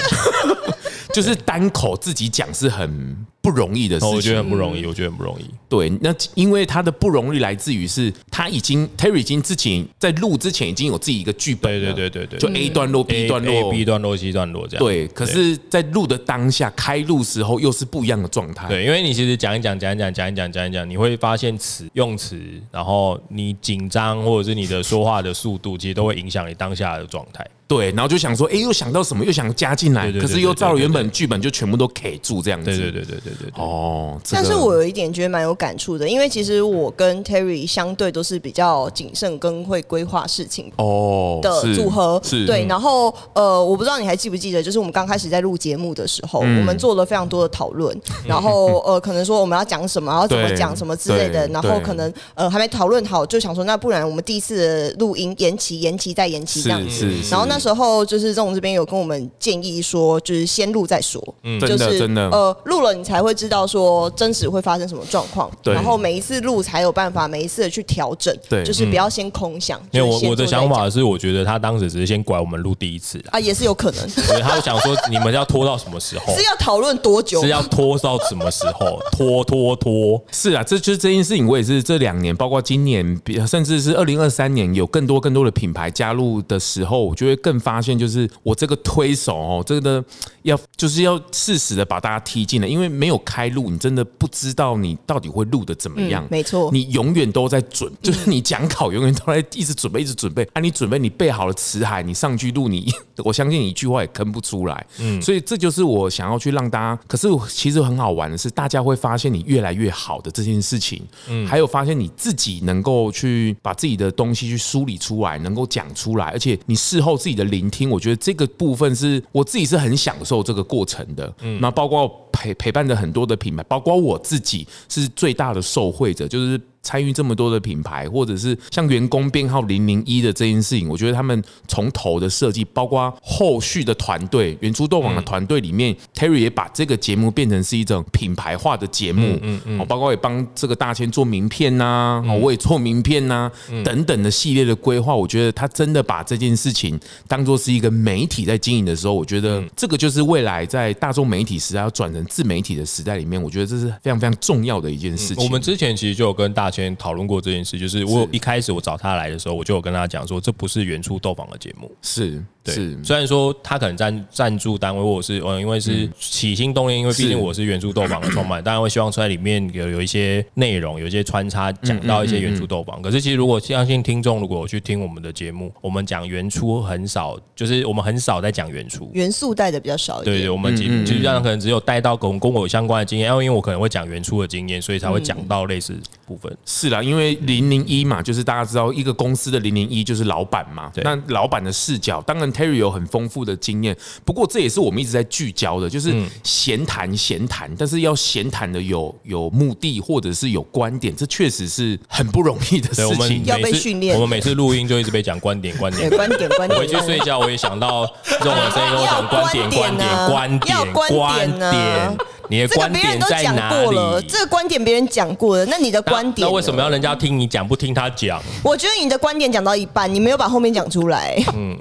Speaker 1: 就是单口自己讲是很不容易的事情，
Speaker 4: 然哦后我觉得很不容易，我觉得很不容易。
Speaker 1: 对。那因为他的不容易来自于是他已经 Terry 已经自己在录之前已经有自己一个剧本了，
Speaker 4: 对对对对对
Speaker 1: 就 A 段落、B 段
Speaker 4: A, A
Speaker 1: 落、
Speaker 4: B 段落 C 段落这样。
Speaker 1: 对。可是，在录的当下，开录时候又是不一样的状态。
Speaker 4: 对，因为你其实讲一讲讲一讲讲一讲讲一讲，你会发现词用词，然后你紧张或者是你的说话的速度，其实都会影响你当下的状态。
Speaker 3: 嗯
Speaker 1: 对，然后就想说，哎，又想到什么，又想加进来，
Speaker 4: 对对
Speaker 1: 可
Speaker 4: 对
Speaker 1: 是又照了原本剧本就全部都 K 住这样子。
Speaker 4: 对对。对对对对对。
Speaker 1: 哦，这个
Speaker 3: 但是我有一点觉得蛮有感触的，因为其实我跟 Terry 相对都是比较谨慎跟会规划事情
Speaker 1: 哦
Speaker 3: 的
Speaker 1: 是
Speaker 3: 组合，
Speaker 1: 是嗯
Speaker 3: 对。然后呃，我不知道你还记不记得，就是我们刚开始在录节目的时候，
Speaker 1: 嗯
Speaker 3: 我们做了非常多的讨 论，然后呃，可能说我们要讲什么，然后怎么
Speaker 1: 对
Speaker 3: 讲什么之类的，
Speaker 1: 对
Speaker 3: 然后
Speaker 1: 对
Speaker 3: 可能呃还没讨论好，就想说那不然我们第一次的录音延期、延期再延期这样
Speaker 1: 是
Speaker 3: 子。
Speaker 1: 是。
Speaker 3: 然后那
Speaker 1: 是
Speaker 3: 时候就是这种这边有跟我们建议说，就是先录再说，就
Speaker 1: 嗯真的
Speaker 3: 是
Speaker 1: 真的
Speaker 3: 呃录了你才会知道说真实会发生什么状况，
Speaker 1: 对
Speaker 3: 然后每一次录才有办法每一次的去调整，
Speaker 1: 对嗯
Speaker 3: 就是不要先空想，
Speaker 4: 因为
Speaker 3: 就是
Speaker 4: 我
Speaker 3: 先
Speaker 4: 我
Speaker 3: 做
Speaker 4: 的
Speaker 3: 再
Speaker 4: 想
Speaker 3: 讲
Speaker 4: 法是，我觉得他当时只是先拐我们录第一次啦，
Speaker 3: 啊，也是有可能。
Speaker 4: 所以他想说你们要拖到什么时候
Speaker 3: 是，要讨论多久
Speaker 4: 是？要拖到什么时 候，拖拖拖。
Speaker 1: 是啊，这就是这件事情，我也是这两年，包括今年，比甚至是二零二三年，有更多更多的品牌加入的时候，我就会更发现，就是我这个推手哦，真的要就是要适时的把大家踢进来，因为没有开路，你真的不知道你到底会录的怎么样。
Speaker 3: 嗯没错
Speaker 1: 你永远都在准，就是你讲稿永远都在一直准备，一直准备。啊，你准备你备好了词海，你上去录你， 我相信你一句话也坑不出来。嗯，所以这就是我想要去让大家。可是我其实很好玩的是，大家会发现你越来越好的这件事情，嗯，还有发现你自己能够去把自己的东西去梳理出来，能够讲出来，而且你事后自己己的聆听，我觉得这个部分是我自己是很享受这个过程的。嗯，那包括陪陪伴着很多的品牌，包括我自己是最大的受惠者，就是。参与这么多的品牌，或者是像员工编号零零一的这件事情，我觉得他们从头的设计，包括后续的团队，原珠斗网的团队里面、t e r r y 也把这个节目变成是一种品牌化的节目，嗯嗯，哦，包括也帮这个大千做名片呐、哦，我也做名片呐、等等的系列的规划，我觉得他真的把这件事情当做是一个媒体在经营的时候，我觉得这个就是未来在大众媒体时代要转成自媒体的时代里面，我觉得这是非常非常重要的一件事情。
Speaker 4: 我们之前其实就有跟大千讨论过这件事，就是我有一开始我找他来的时候，我就有跟他讲说，这不是原初斗访的节目。
Speaker 1: 是
Speaker 4: 对
Speaker 1: 是，
Speaker 4: 虽然说他可能赞赞助单位，或者是呃，因为是起心动念，因为毕
Speaker 1: 是
Speaker 4: 竟我是原著豆坊的创办，当然会希望在里面有有一些内容，有一些穿插讲到一些原著豆坊。可是其实如果相信听众，如果去听我们的节目，我们讲原初很少，就是我们很少在讲原初。
Speaker 3: 元素带的比较少一点。
Speaker 4: 对对，我们节目就是让可能只有带到跟跟我有相关的经验，然后因为我可能会讲原初的经验，所以才会讲到类似部分。
Speaker 1: 是啦，因为零零一嘛，就是大家知道一个公司的零零一就是老板嘛。
Speaker 4: 对
Speaker 1: 那老板的视角，当然 Terry 有很丰富的经验，不过这也是我们一直在聚焦的，就是
Speaker 4: 嗯
Speaker 1: 闲谈闲谈，但是要闲谈的有有目的或者是有观点，这确实是很不容易的事
Speaker 4: 对，我们
Speaker 1: 情。
Speaker 3: 要被
Speaker 4: 每次
Speaker 3: 训练
Speaker 4: 我们每次录音就一直被讲观点观 点
Speaker 3: 对，观点观
Speaker 4: 我
Speaker 3: 点。
Speaker 4: 回去睡觉，我也想到这种声音跟我讲
Speaker 3: 要
Speaker 4: 观点、观
Speaker 3: 观点
Speaker 4: 点、
Speaker 3: 啊 要观点啊
Speaker 4: 观点、观点，你的
Speaker 3: 这个
Speaker 4: 观
Speaker 3: 别人
Speaker 4: 点
Speaker 3: 都
Speaker 4: 在
Speaker 3: 讲
Speaker 4: 哪
Speaker 3: 过
Speaker 4: 里
Speaker 3: 了，？这个观点别人讲过了，那你的
Speaker 4: 那
Speaker 3: 观点
Speaker 4: 那为什么
Speaker 3: 呢
Speaker 4: 要人家听你讲，不听他讲？
Speaker 3: 我觉得你的观点讲到一半，你没有把后面讲出来。
Speaker 4: 嗯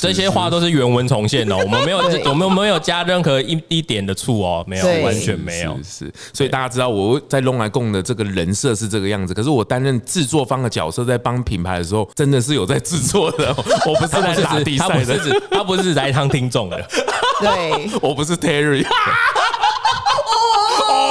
Speaker 4: 这些话都是原文重现的，哦我们 没有，
Speaker 3: 对
Speaker 4: 我们没有加任何一一点的醋哦，没有，
Speaker 3: 对
Speaker 4: 完全没有
Speaker 1: 是。是是所以大家知道我在龙来共的这个人设是这个样子，可是我担任制作方的角色，在帮品牌的时候，真的是有在制作的，哦 我不是
Speaker 4: 他
Speaker 1: 来
Speaker 4: 不是
Speaker 1: 打
Speaker 4: 指
Speaker 1: 比
Speaker 4: 他
Speaker 1: 赛
Speaker 4: 不是
Speaker 1: 的，
Speaker 4: 指他不是指来当听众 的，
Speaker 3: 对，
Speaker 1: 我不是 Terry。
Speaker 3: 哦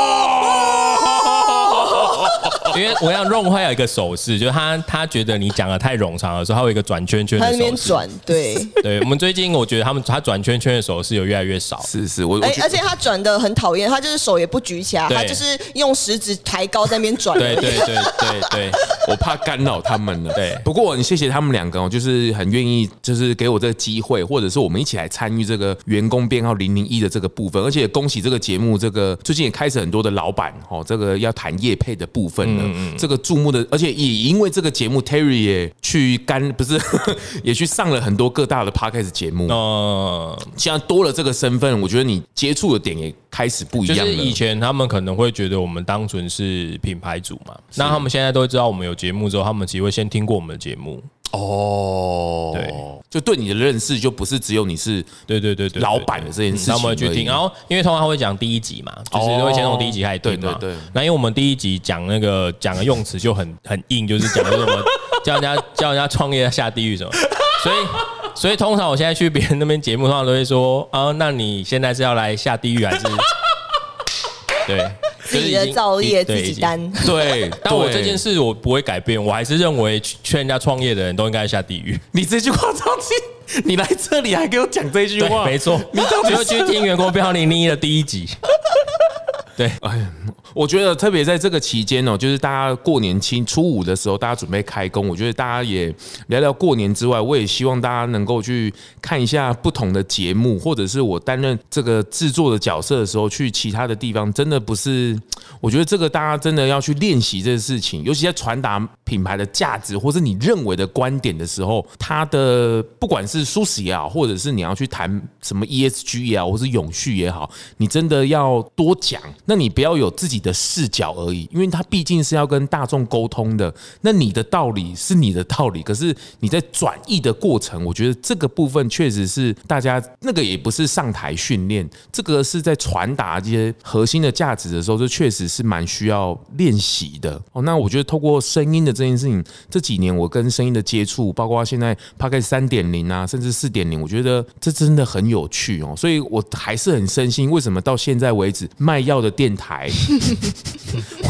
Speaker 4: 因为我要用会有一个手势，就是他他觉得你讲的太冗长的时候，他有一个转圈圈
Speaker 3: 他在
Speaker 4: 的
Speaker 3: 那边
Speaker 4: 手势。
Speaker 3: 转，对，
Speaker 4: 对，我们最近我觉得他们他转圈圈的手势有越来越少，
Speaker 1: 是是，我我
Speaker 3: 而
Speaker 1: 觉
Speaker 3: 哎而且他转的很讨厌，他就是手也不举起来，
Speaker 4: 对
Speaker 3: 他就是用食指抬高在那边转。
Speaker 4: 对对对对 对。
Speaker 1: 我怕干扰他们了。
Speaker 4: 对
Speaker 1: 不过我很谢谢他们两个哦，就是很愿意，就是给我这个机会，或者是我们一起来参与这个员工编号零零一的这个部分。而且恭喜这个节目，这个最近也开始很多的老板哦，这个要谈业配的部分
Speaker 3: 嗯
Speaker 1: 了。这个注目的，而且也因为这个节目，Terry 也去干，不是 也去上了很多各大的 podcast 节目。
Speaker 4: 呃，
Speaker 1: 现在多了这个身份，我觉得你接触的点也开始不一
Speaker 4: 就
Speaker 1: 样了。
Speaker 4: 是以前他们可能会觉得我们单纯是品牌主嘛，那他们现在都会知道我们有节目之后，他们其实会先听过我们的节目。
Speaker 1: 哦，
Speaker 4: 对，
Speaker 1: 就对你的认识就不是只有你是
Speaker 4: 对对对对，对
Speaker 1: 老板的这件事情
Speaker 4: 他嗯们会去
Speaker 1: 而已
Speaker 4: 听，然后因为通常他会讲第一集嘛，就是
Speaker 1: 哦
Speaker 4: 会先从第一集开始听嘛。
Speaker 1: 对对对
Speaker 4: 那因为我们第一集讲那个讲的用词就很很硬，就是讲说什么 叫人家叫人家创业下地狱什么，所以所以通常我现在去别人那边节目，通常都会说啊，那你现在是要来下地狱还是？ 对，
Speaker 3: 自己
Speaker 4: 就是已
Speaker 3: 的
Speaker 4: 经
Speaker 3: 造业
Speaker 4: 对
Speaker 3: 自
Speaker 4: 已
Speaker 3: 己
Speaker 4: 经
Speaker 3: 担。
Speaker 1: 对，
Speaker 4: 但我这件
Speaker 1: 事，
Speaker 4: 事我不会改变，我还是认为劝人家创业的人都应该下地狱。
Speaker 1: 你这句话超级，你来这里还给我讲这句
Speaker 4: 对，
Speaker 1: 话，
Speaker 4: 没错，你就去听员工标零零一的第一集。对，
Speaker 1: 我觉得特别在这个期间哦，就是大家过年期初五的时候，大家准备开工，我觉得大家也聊聊过年之外，我也希望大家能够去看一下不同的节目，或者是我担任这个制作的角色的时候，去其他的地方，真的不是，我觉得这个大家真的要去练习这个事情，尤其在传达品牌的价值或是你认为的观点的时候，它的不管是舒适也好，或者是你要去谈什么 ESG 也好，或是永续也好，你真的要多讲。那你不要有自己的视角而已，因为它毕竟是要跟大众沟通的。那你的道理是你的道理，可是你在转译的过程，我觉得这个部分确实是大家那个也不是上台训练，这个是在传达这些核心的价值的时候，这确实是蛮需要练习的。哦，那我觉得透过声音的这件事情，这几年我跟声音的接触，包括现在 p o c k e t 三点零啊，甚至四点零，我觉得这真的很有趣哦。所以我还是很深信，为什么到现在为止卖药的电台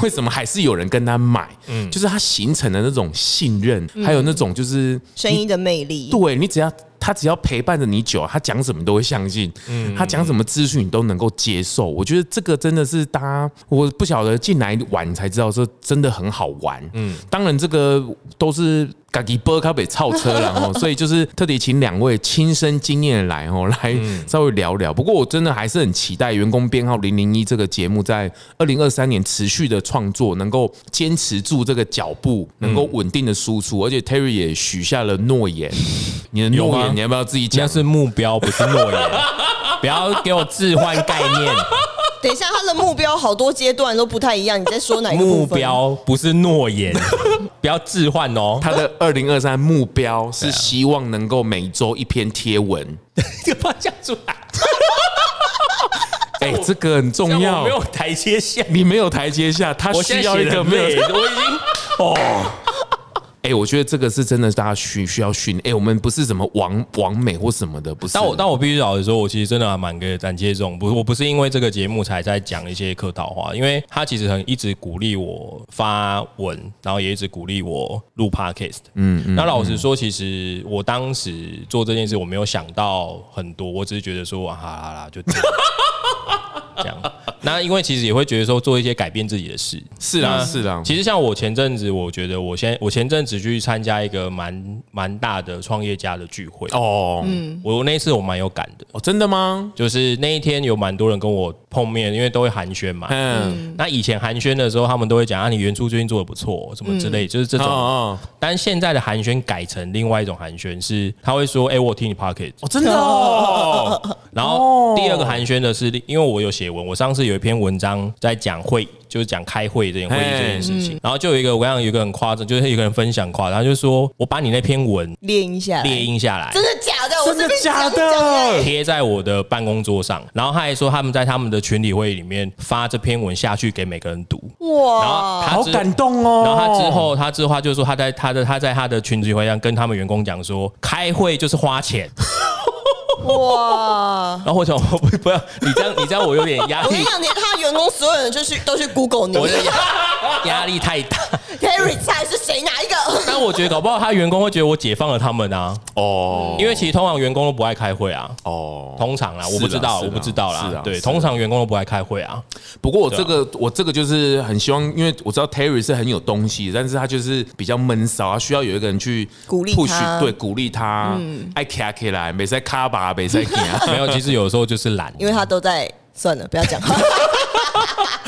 Speaker 1: 为什么还是有人跟他买？嗯，就是他形成的那种信任，还有那种就是
Speaker 3: 声音的魅力，
Speaker 1: 对你只要。他只要陪伴着你久，他讲什么都会相信，他讲什么资讯你都能够接受。我觉得这个真的是大家，我不晓得进来玩才知道，说真的很好玩。嗯，当然这个都是。嘎吉波咖啡超车了哦，所以就是特地请两位亲身经验的来哦，来稍微聊聊。不过我真的还是很期待《员工编号零零一》这个节目在二零二三年持续的创作，能够坚持住这个脚步，能够稳定的输出。而且 Terry 也许下了诺 言，你的
Speaker 4: 有
Speaker 1: 诺
Speaker 4: 吗
Speaker 1: 言你要不要自己
Speaker 4: 那
Speaker 1: 讲？
Speaker 4: 是目标，不是诺 言。不要给我置换概念，
Speaker 3: 等一下，他的目标好多阶段都不太一样，你在说哪一个部
Speaker 4: 目
Speaker 3: 分？
Speaker 4: 标不是诺 言，不要置换哦。
Speaker 1: 他的二零二三目标是希望能够每周一篇贴文。
Speaker 4: 这个方向出来，
Speaker 1: 哎，这个很重
Speaker 4: 但我
Speaker 1: 要
Speaker 4: 没。有台阶下，
Speaker 1: 你没有台阶下，他
Speaker 4: 我现
Speaker 1: 需
Speaker 4: 在
Speaker 1: 要
Speaker 4: 写
Speaker 1: 一
Speaker 4: 的
Speaker 1: 个没有
Speaker 4: 累，我已经哦，
Speaker 1: 哎、我觉得这个是真的，大家需需要训。哎、我们不是什么王王美或什么的，不是。
Speaker 4: 但我但我必须老实说，我其实真的还蛮感感谢这种，不是我不是因为这个节目才在讲一些客套话，因为他其实很一直鼓励我发文，然后也一直鼓励我录 podcast。嗯嗯。那老实说，其实我当时做这件事，我没有想到很多，我只是觉得说，啊啦啦啦，就这 样。这样，那因为其实也会觉得说做一些改变自己的事，
Speaker 1: 是啦
Speaker 4: 那
Speaker 1: 是啦
Speaker 4: 嗯其实像我前阵子，我觉得我先我前阵子去参加一个蛮蛮大的创业家的聚会，
Speaker 1: 哦、
Speaker 4: 我那一次我蛮有感的，
Speaker 1: 哦，真的吗？
Speaker 4: 就是那一天有蛮多人跟我碰面，因为都会寒暄嘛。
Speaker 1: 嗯，
Speaker 4: 那以前寒暄的时候，他们都会讲啊，你原著最近做的不错，什么之类，就是这
Speaker 1: 哦
Speaker 4: 种。
Speaker 1: 哦
Speaker 4: 但现在的寒暄改成另外一种寒暄，是他会说，哎、我听你 pocket。
Speaker 1: 哦，真的
Speaker 3: 嗯
Speaker 1: 哦，
Speaker 4: 然后第二个寒暄的是，因为我有写文，我上次有一篇文章在讲会，就是讲开会这件会议这件事
Speaker 1: 嗯
Speaker 4: 情。然后就有一个我刚刚有一个很夸张，就是有一个人分享夸张，他就说我把你那篇文
Speaker 3: 练一下来，
Speaker 4: 列印下来，
Speaker 3: 真的假的？我
Speaker 1: 真的
Speaker 3: 这边
Speaker 1: 假
Speaker 3: 讲讲
Speaker 1: 的？
Speaker 4: 贴在我的办公桌上，然后他还说他们在他们的群体会里面发这篇文下去给每个人读，然后
Speaker 3: 哇，
Speaker 4: 他
Speaker 1: 好
Speaker 4: 之
Speaker 1: 感。动哦。
Speaker 4: 然后他之后，他之后他就说他在他的他在他的群体会上跟他们员工讲说，开会就是花钱。
Speaker 3: 哇！
Speaker 4: 然后我想， 我不不要你这样，你这样我有点压
Speaker 3: 我跟
Speaker 4: 力
Speaker 3: 你，讲，连他的员工所有人就 去都去 Google 你
Speaker 4: 我的压压力太大。
Speaker 3: ，Terry 猜是谁哪一个？
Speaker 4: 但我觉得搞不好他员工会觉得我解放了他们啊，
Speaker 1: 哦
Speaker 4: 因为其实通常员工都不爱开会啊，
Speaker 1: 哦，
Speaker 4: 通常啦，
Speaker 1: 是啊
Speaker 4: 我不知道，
Speaker 1: 是啊
Speaker 4: 我不知道
Speaker 1: 是啊，
Speaker 4: 啦
Speaker 1: 是
Speaker 4: 对，
Speaker 1: 啊
Speaker 4: 通常员工都不爱开会啊，
Speaker 1: 不过我这个我这个就是很希望，因为我知道 Terry 是很有东西，但是他就是比较闷骚，他需要有一个人去
Speaker 3: 鼓励
Speaker 1: push，
Speaker 3: 他嗯
Speaker 1: 对，鼓励他，爱卡起来，没在卡吧，没在啊 卡。
Speaker 4: 没有，其实有时候就是懒，
Speaker 3: 因为他都在，算了，不要 讲。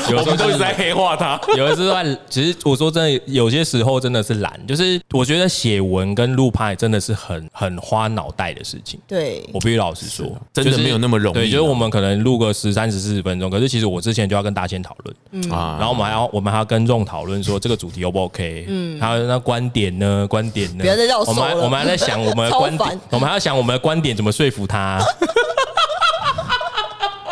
Speaker 4: 有
Speaker 1: 我
Speaker 4: 时
Speaker 1: 们
Speaker 4: 候就
Speaker 1: 都一
Speaker 4: 是
Speaker 1: 直在
Speaker 4: 懒。
Speaker 1: 黑化他。
Speaker 4: 有的时候，其实我说真的，有些时候真的是懒，就是我觉得写文跟录拍真的是很很花脑袋的事情。
Speaker 3: 对，
Speaker 4: 我必须老实说，
Speaker 1: 啊真的
Speaker 4: 就是
Speaker 1: 没有那么容易
Speaker 4: 对，就是
Speaker 1: 啊
Speaker 4: 我们可能录个十三、十四十分钟，可是其实我之前就要跟大仙讨论，
Speaker 1: 啊
Speaker 4: 然后我们还要我们还要跟众讨论说这个主题 O 不 OK？嗯，还有那观点呢？观点呢？
Speaker 3: 不要再绕手
Speaker 4: 我们还
Speaker 3: 了
Speaker 4: 我们还在想我们 的
Speaker 3: 超
Speaker 4: 观点
Speaker 3: 烦，
Speaker 4: 我们还要想我们的观点怎么说服他。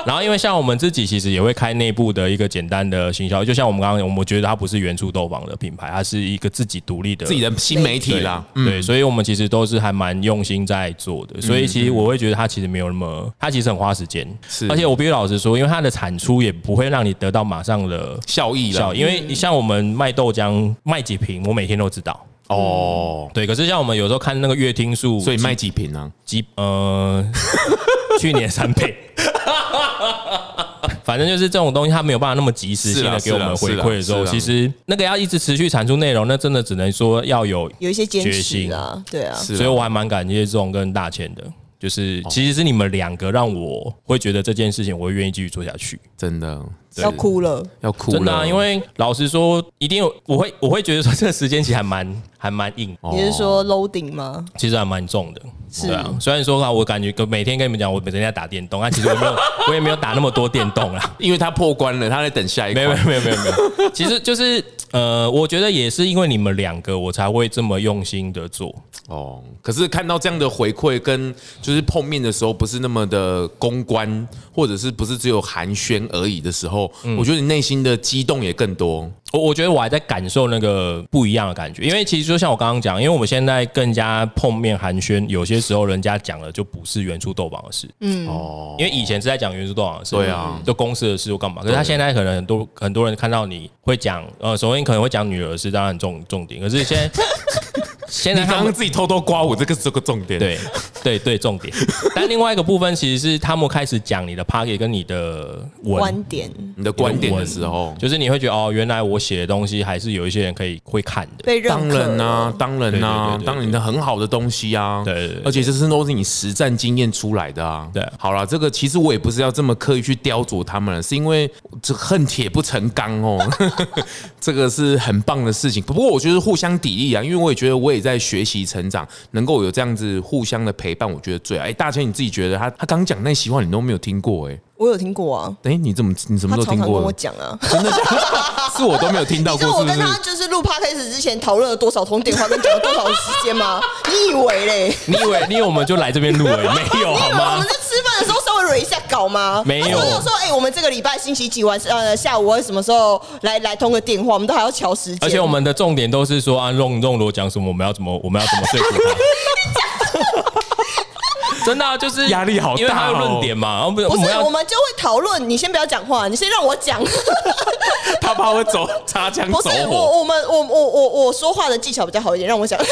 Speaker 4: 然后，因为像我们自己其实也会开内部的一个简单的行销，就像我们刚刚，我们觉得它不是原著豆坊的品牌，它是一个自己独立的
Speaker 1: 自己的新媒体啦，嗯
Speaker 4: 对对，所以我们其实都是还蛮用心在做的，所以其实我会觉得它其实没有那么，它其实很花时间，
Speaker 1: 是
Speaker 4: 而且我必须老实说，因为它的产出也不会让你得到马上的
Speaker 1: 效益啦
Speaker 4: 效，。因为像我们卖豆浆卖几瓶，我每天都知道。
Speaker 1: 哦，
Speaker 4: 对，可是像我们有时候看那个月听数，
Speaker 1: 所以卖几瓶啊？
Speaker 4: 几呃， 去年三倍。 反正就是这种东西，它没有办法那么及时性
Speaker 1: 是啊
Speaker 4: 的给我们
Speaker 1: 是啊
Speaker 4: 回
Speaker 1: 是啊
Speaker 4: 馈的时候，
Speaker 1: 是啊
Speaker 4: 其实那个要一直持续产出内容，那真的只能说要有
Speaker 3: 有一些坚
Speaker 4: 决
Speaker 3: 持
Speaker 4: 心
Speaker 3: 啊，对啊，
Speaker 1: 是啊
Speaker 4: 所以我还蛮感谢这种跟大千的，就是
Speaker 1: 哦
Speaker 4: 其实是你们两个让我会觉得这件事情我会愿意继续做下去。
Speaker 1: 真的
Speaker 3: 要哭了。
Speaker 1: 要哭
Speaker 4: 真的、啊，
Speaker 1: 了
Speaker 4: 因为老实说，一定有我会我会觉得说这个时间其实还蛮还蛮硬，
Speaker 1: 哦
Speaker 3: 你是说 loading 吗？
Speaker 4: 其实还蛮重的。
Speaker 3: 是
Speaker 4: 对啊，虽然说啊，我感觉跟每天跟你们讲，我每天在打电动，但啊其实我没有，我也没有打那么多电动啦。
Speaker 1: 因为他破关了，他在等下一
Speaker 4: 没
Speaker 1: 关。
Speaker 4: 有没有没有没有没有，其实就是呃，我觉得也是因为你们两个，我才会这么用心的做。
Speaker 1: 哦，可是看到这样的回馈，跟就是碰面的时候不是那么的公关，或者是不是只有寒暄而已的时候，我觉得你内心的激动也更多。
Speaker 4: 我我觉得我还在感受那个不一样的感觉，因为其实就像我刚刚讲，因为我们现在更加碰面寒暄，有些时候人家讲的就不是原初豆坊的事，嗯，哦，因为以前是在讲原初豆坊的事，
Speaker 1: 对啊
Speaker 4: 就公司的事或干嘛，可是他现在可能很多很 多人看到你会讲，呃，首先可能会讲女儿的事，当然很重重点，可是现在现
Speaker 1: 你
Speaker 4: 在他
Speaker 1: 刚
Speaker 4: 们
Speaker 1: 刚自己偷偷刮我这个这个重点，，
Speaker 4: 对对对，重点。但另外一个部分其实是他们开始讲你的 pocket 跟你的文
Speaker 3: 观。点
Speaker 1: 你的观点的时候，
Speaker 4: 就是你会觉得哦，原来我写的东西还是有一些人可以会看的。
Speaker 3: 被认
Speaker 1: 当
Speaker 3: 可
Speaker 1: 然啊啦、
Speaker 3: 了
Speaker 1: 当然啦、
Speaker 4: 对对对对对
Speaker 1: 当你的很好的东西啊，
Speaker 4: 对对对
Speaker 1: 而且这是都是你实战经验出来的啊。
Speaker 4: 对
Speaker 1: 好了，这个其实我也不是要这么刻意去雕琢他们了，是因为这恨铁不成钢 哦，这个是很棒的事情。不过我觉得互相砥砺啊，因为我也觉得我也在学习成长，能够有这样子互相的陪伴，我觉得最好。哎，大千你自己觉得他他刚讲那席话你都没有听过哎、
Speaker 3: 我有听过啊，
Speaker 1: 哎，你怎么你什么时
Speaker 3: 他
Speaker 1: 候
Speaker 3: 常
Speaker 1: 听
Speaker 3: 常跟
Speaker 1: 过
Speaker 3: 我
Speaker 1: 的？
Speaker 3: 讲啊。
Speaker 1: 真的假的？是我都没有听到
Speaker 3: 你知
Speaker 1: 过，
Speaker 3: 道我
Speaker 1: 是不
Speaker 3: 跟
Speaker 1: 是？
Speaker 3: 他就是录 podcast 之前讨论了多少通电话，跟讲了多少时间吗？你以为嘞？
Speaker 4: 你以为你以为我们就来这边 录而已？没有好
Speaker 3: 因为我
Speaker 4: 吗
Speaker 3: 们？在吃饭的时候稍微蕊一下稿吗？
Speaker 4: 没有
Speaker 3: 他说说哎、我们这个礼拜星期几晚上呃下午或者什么时候来来通个电话，我们都还要瞧时间。
Speaker 4: 而且我们的重点都是说啊，弄弄罗讲什么，我们要怎么我们要怎么说服 他。真的、啊、就是
Speaker 1: 压力好大哦
Speaker 4: 因为他有论点嘛，我们
Speaker 3: 不
Speaker 4: 我
Speaker 3: 是
Speaker 4: 们要
Speaker 3: 我们就会讨论。你先不要讲话，你先让我讲。
Speaker 1: 他怕我 走擦枪
Speaker 3: 不
Speaker 1: 走
Speaker 3: 是
Speaker 1: 火。
Speaker 3: 我，我们我我我我说话的技巧比较好一点，让我想。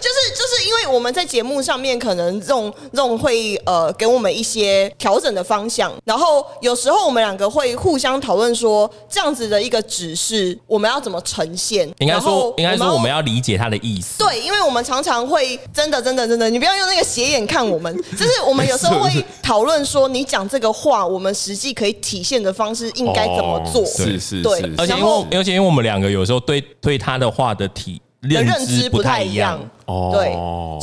Speaker 3: 就是就是因为我们在节目上面可能用用会呃给我们一些调整的方向，然后有时候我们两个会互相讨论说这样子的一个指示我们要怎么呈现，
Speaker 4: 应该
Speaker 3: 然后
Speaker 4: 说应该说我们
Speaker 3: 要。
Speaker 4: 要理解他的意思。
Speaker 3: 对，因为我们常常会真的真的真的，你不要用那个斜眼看我们，就是我们有时候 会讨论说，你讲这个话，我们实际可以体现的方式应该怎么做。
Speaker 1: 哦是是
Speaker 3: 对
Speaker 1: 是，
Speaker 4: 而且
Speaker 3: 然
Speaker 4: 因为
Speaker 3: 后
Speaker 4: 而且因为我们两个有时候对对他的话的体
Speaker 3: 的
Speaker 4: 认
Speaker 3: 认
Speaker 4: 知
Speaker 3: 知
Speaker 4: 不
Speaker 3: 不
Speaker 4: 太
Speaker 3: 太
Speaker 4: 一
Speaker 3: 一
Speaker 4: 样
Speaker 3: 样。。
Speaker 1: 哦
Speaker 3: 对，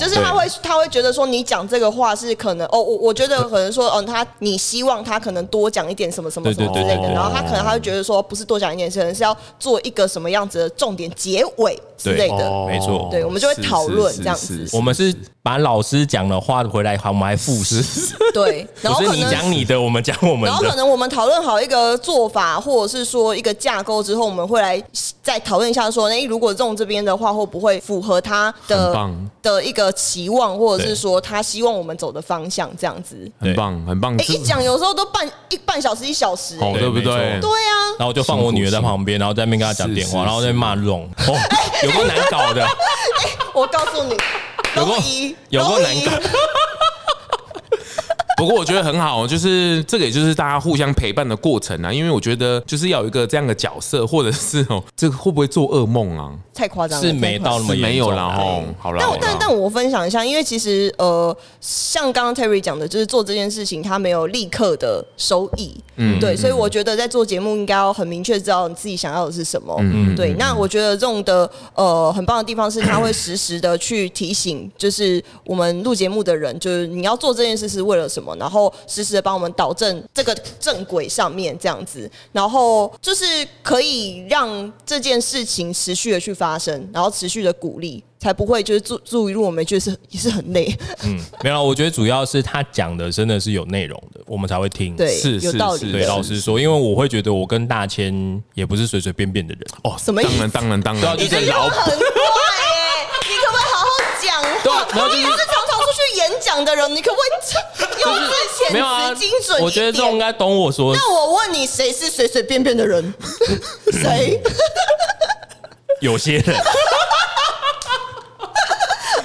Speaker 3: 就是他会他会觉得说你讲这个话是可能哦，我我觉得可能说嗯，他你希望他可能多讲一点什么什么
Speaker 4: 对
Speaker 3: 什
Speaker 4: 对
Speaker 3: 么之类
Speaker 4: 对
Speaker 3: 的
Speaker 4: 对，对
Speaker 3: 然后他可能他会觉得说不是多讲一点，可能是要做一个什么样子的重点结尾之类的。
Speaker 1: 哦
Speaker 4: 没错
Speaker 3: 对我们就会讨论这样子
Speaker 4: 我们是把老师讲的话回来，我们还复习，
Speaker 3: 对，然后
Speaker 4: 不是
Speaker 3: 可
Speaker 4: 你
Speaker 3: 能
Speaker 4: 讲你的，我们讲我们
Speaker 3: 然后可
Speaker 4: 的。
Speaker 3: 能我们讨论好一个做法，或者是说一个架构之后，我们会来再讨论一下说，哎，如果用这边的话，会不会符合他
Speaker 1: 很
Speaker 3: 的
Speaker 1: 棒
Speaker 3: 的一个期望，或者是
Speaker 4: 对
Speaker 3: 说他希望我们走的方向这样
Speaker 4: 嗯
Speaker 3: 子？
Speaker 1: 很棒很棒，
Speaker 3: 哎，
Speaker 1: 这
Speaker 3: 一讲有时候都半一半小时一小时、
Speaker 4: 哦
Speaker 1: 好
Speaker 3: 哎
Speaker 1: 对不对
Speaker 4: 没？
Speaker 3: 对啊，
Speaker 4: 然后我就放我女儿在旁边，然后在那边跟她讲电
Speaker 1: 是
Speaker 4: 话，
Speaker 1: 是
Speaker 4: 然后在那边骂龙，哦，有够难搞的，
Speaker 3: 我告诉你，
Speaker 4: 有够
Speaker 3: 龙姨，
Speaker 4: 有够
Speaker 3: 龙
Speaker 4: 难
Speaker 3: 姨
Speaker 4: 搞，
Speaker 1: 不过我觉得很好， 就是这个也就是大家互相陪伴的过程啊，因为我觉得就是要有一个这样的角色，或者是哦， 这个会不会做噩梦啊？
Speaker 3: 太夸张了，
Speaker 4: 是没到那么
Speaker 1: 是没
Speaker 4: 严重
Speaker 1: 有
Speaker 4: 啊
Speaker 1: 啦哦，好啦，
Speaker 3: 但
Speaker 1: 好啦
Speaker 3: 我但但我分享一下，因为其实呃，像刚刚 Terry 讲的，就是做这件事情，他没有立刻的收益，嗯，对，所以我觉得在做节目应该要很明确知道你自己想要的是什么，嗯，对。那我觉得这种的呃很棒的地方是，他会实时的去提醒，就是我们录节目的人，就是你要做这件事是为了什么，然后实时的帮我们导正这个正轨上面这样子，然后就是可以让这件事情持续的去发生，然后持续的鼓励。才不会就是注注意入我们就是也是很累，
Speaker 4: 嗯，没有，我觉得主要是他讲的真的是有内容的，我们才会听。
Speaker 3: 对，
Speaker 1: 是
Speaker 3: 有
Speaker 1: 是
Speaker 3: 道理
Speaker 1: 是
Speaker 3: 的。
Speaker 4: 对，老实说，因为我会觉得我跟大千也不是随随便便的人。
Speaker 1: 哦，
Speaker 3: 什么意思
Speaker 1: 当然当然当
Speaker 4: 对啊
Speaker 1: 然，
Speaker 4: 就是
Speaker 1: 一个老
Speaker 3: 很怪哎、你可不可以好好讲
Speaker 4: 对啊
Speaker 3: 话？
Speaker 4: 然后就是
Speaker 3: 你也是常常出去演讲的人，你可不可以用字遣
Speaker 4: 没有啊
Speaker 3: 词精准一点？
Speaker 4: 我觉得这种应该懂我说，
Speaker 3: 那我问你，谁是随随便便的 人？谁
Speaker 4: 有些人，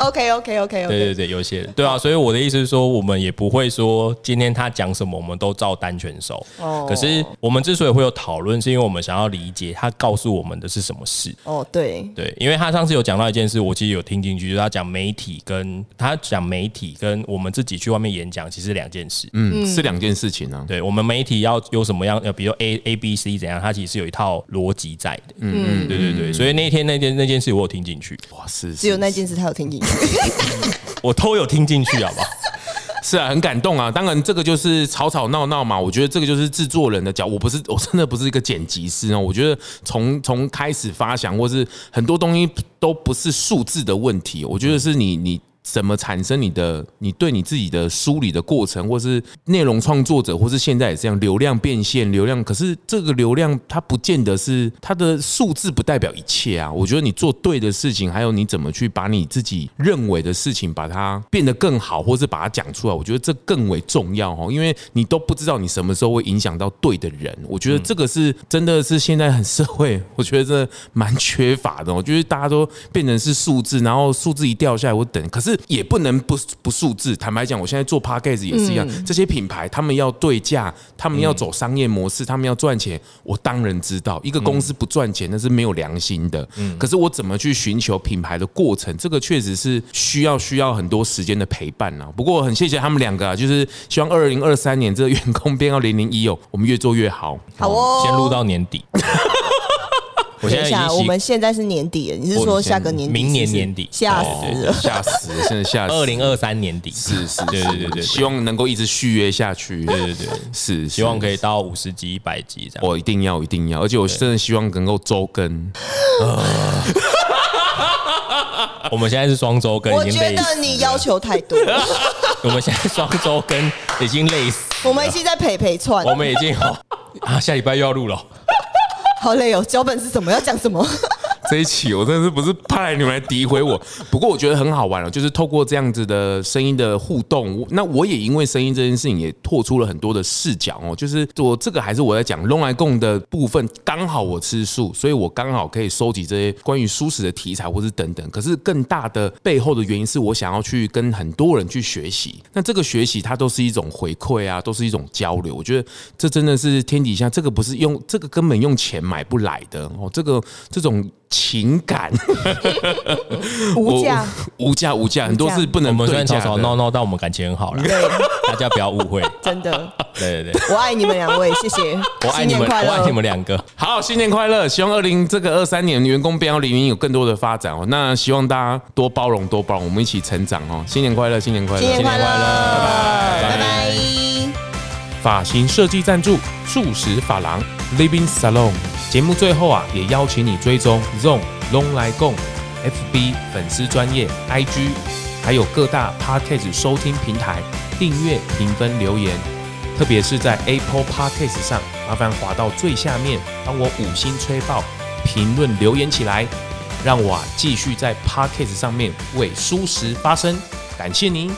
Speaker 3: ？OK OK OK
Speaker 4: 对
Speaker 3: OK。
Speaker 4: 对对，有些人，对啊，所以我的意思是说，我们也不会说今天他讲什么，我们都照单全收。
Speaker 3: 哦
Speaker 4: 可是我们之所以会有讨论，是因为我们想要理解他告诉我们的是什么事。
Speaker 3: 哦，对，
Speaker 4: 对，因为他上次有讲到一件事，我其实有听进去，就是他讲媒体跟他讲媒体跟我们自己去外面演讲，其实是两件事。
Speaker 1: 嗯是两件事情啊，
Speaker 4: 对我们媒体要有什么样，呃，比如说 A A B C 怎样，它其实是有一套逻辑在的。嗯嗯，对对对，所以那天那件那件事我有听进去，
Speaker 1: 哇是
Speaker 3: 只有
Speaker 1: 是
Speaker 3: 那件事他有听进去。
Speaker 4: 我都有听进去，好不好？
Speaker 1: 是啊，很感动啊。当然这个就是吵吵闹闹嘛，我觉得这个就是制作人的角，我不是我真的不是一个剪辑师哦，我觉得从从开始发想或是很多东西都不是数字的问题，我觉得是你你。怎么产生你的你对你自己的梳理的过程，或是内容创作者，或是现在也是这样，流量变现，流量可是这个流量它不见得是它的数字不代表一切啊。我觉得你做对的事情，还有你怎么去把你自己认为的事情把它变得更好，或是把它讲出来，我觉得这更为重要哦，因为你都不知道你什么时候会影响到对的人。我觉得这个是真的是现在很社会， 我觉得真的蛮缺乏的哦，就是大家都变成是数字，然后数字一掉下来，我等，可是也不能不不数字。坦白讲，我现在做 podcast 也是一样，
Speaker 4: 嗯
Speaker 1: 这些品牌他们要对价，他们要走商业模式，他们要赚钱，我当然知道，一个公
Speaker 4: 嗯
Speaker 1: 司不赚钱那是没有良心的。可是我怎么去寻求品牌的过程，这个确实是需要需要很多时间的陪伴啊。不过很谢谢他们两个啊，就是希望二零二三年这个员工编号零零一哦，我们越做越好。
Speaker 3: 好哦，
Speaker 4: 先录到 年底。我现
Speaker 3: 等
Speaker 4: 在
Speaker 3: 一
Speaker 4: 已经
Speaker 3: 下，我
Speaker 4: 习
Speaker 3: 们现在是年底了，你是说下个年底？
Speaker 4: 明年
Speaker 3: 是不是
Speaker 4: 年底
Speaker 3: 吓
Speaker 1: 哦
Speaker 3: 死了！
Speaker 1: 吓死了，真的吓死了。
Speaker 4: 啊二零二三年底，
Speaker 1: 是是，
Speaker 4: 对对对对对
Speaker 1: 希望能够一直续约下去。对
Speaker 4: 对对对，
Speaker 1: 是，
Speaker 4: 希望可
Speaker 1: 以。
Speaker 4: 以到五十集、一百集这样。
Speaker 1: 我一定要，一定要，而且我真的希望能够周更。
Speaker 4: 我们现在是双周更，
Speaker 3: 我
Speaker 4: 哦已经
Speaker 3: 觉
Speaker 4: 累
Speaker 3: 得
Speaker 4: 死。
Speaker 3: 你要求太 多，
Speaker 4: 我们现在双周更已经累死，
Speaker 3: 我们已经在陪陪 串，
Speaker 4: 我们已经哦啊，下礼拜又要录了。
Speaker 3: 好累哦。脚本是什么？要讲什 么？
Speaker 1: 这一期我真的是不是派你们来诋毁我，不过我觉得很好玩哦，就是透过这样子的声音的互动，我那我也因为声音这件事情也拓出了很多的视角哦。就是我这个还是我在讲龙来共的部分，刚好我吃素，所以我刚好可以收集这些关于素食的题材或是等等。可是更大的背后的原因是我想要去跟很多人去学习，那这个学习它都是一种回馈啊，都是一种交流。我觉得这真的是天底下这个不是用这个根本用钱买不来的哦，这个这种。情感
Speaker 3: 无价，
Speaker 1: 无价无价，很多是不
Speaker 4: 我
Speaker 1: 能
Speaker 4: 们虽
Speaker 1: 对
Speaker 4: 然吵
Speaker 1: 价
Speaker 4: 吵
Speaker 1: 的。
Speaker 4: 闹闹，但我们感情很好了，大家不要误会。
Speaker 3: 真的，
Speaker 4: 对对对，
Speaker 3: 我爱你们两位，谢谢，
Speaker 4: 我爱
Speaker 3: 新
Speaker 4: 你
Speaker 3: 年
Speaker 4: 们，
Speaker 3: 快
Speaker 4: 我爱
Speaker 3: 乐
Speaker 4: 你。们两个。
Speaker 1: 好，新年快乐！希望二零这个二三年员工编号零零有更多的发展哦。那希望大家多包容，多包容，我们一起成长哦。新年快乐，新年快乐，
Speaker 3: 新年快乐，
Speaker 4: 拜拜
Speaker 3: 拜拜。
Speaker 1: 发型设计赞助素食发廊 Living Salon。节目最后啊，也邀请你追踪 Zone Long 来共 FB 粉丝专业 IG，还有各大 Podcast 收听平台订阅、评分、留言。特别是在 Apple Podcast 上，麻烦滑到最下面，帮我五星吹爆，评论留言起来，让我啊继续在 Podcast 上面为舒适发声。感谢您。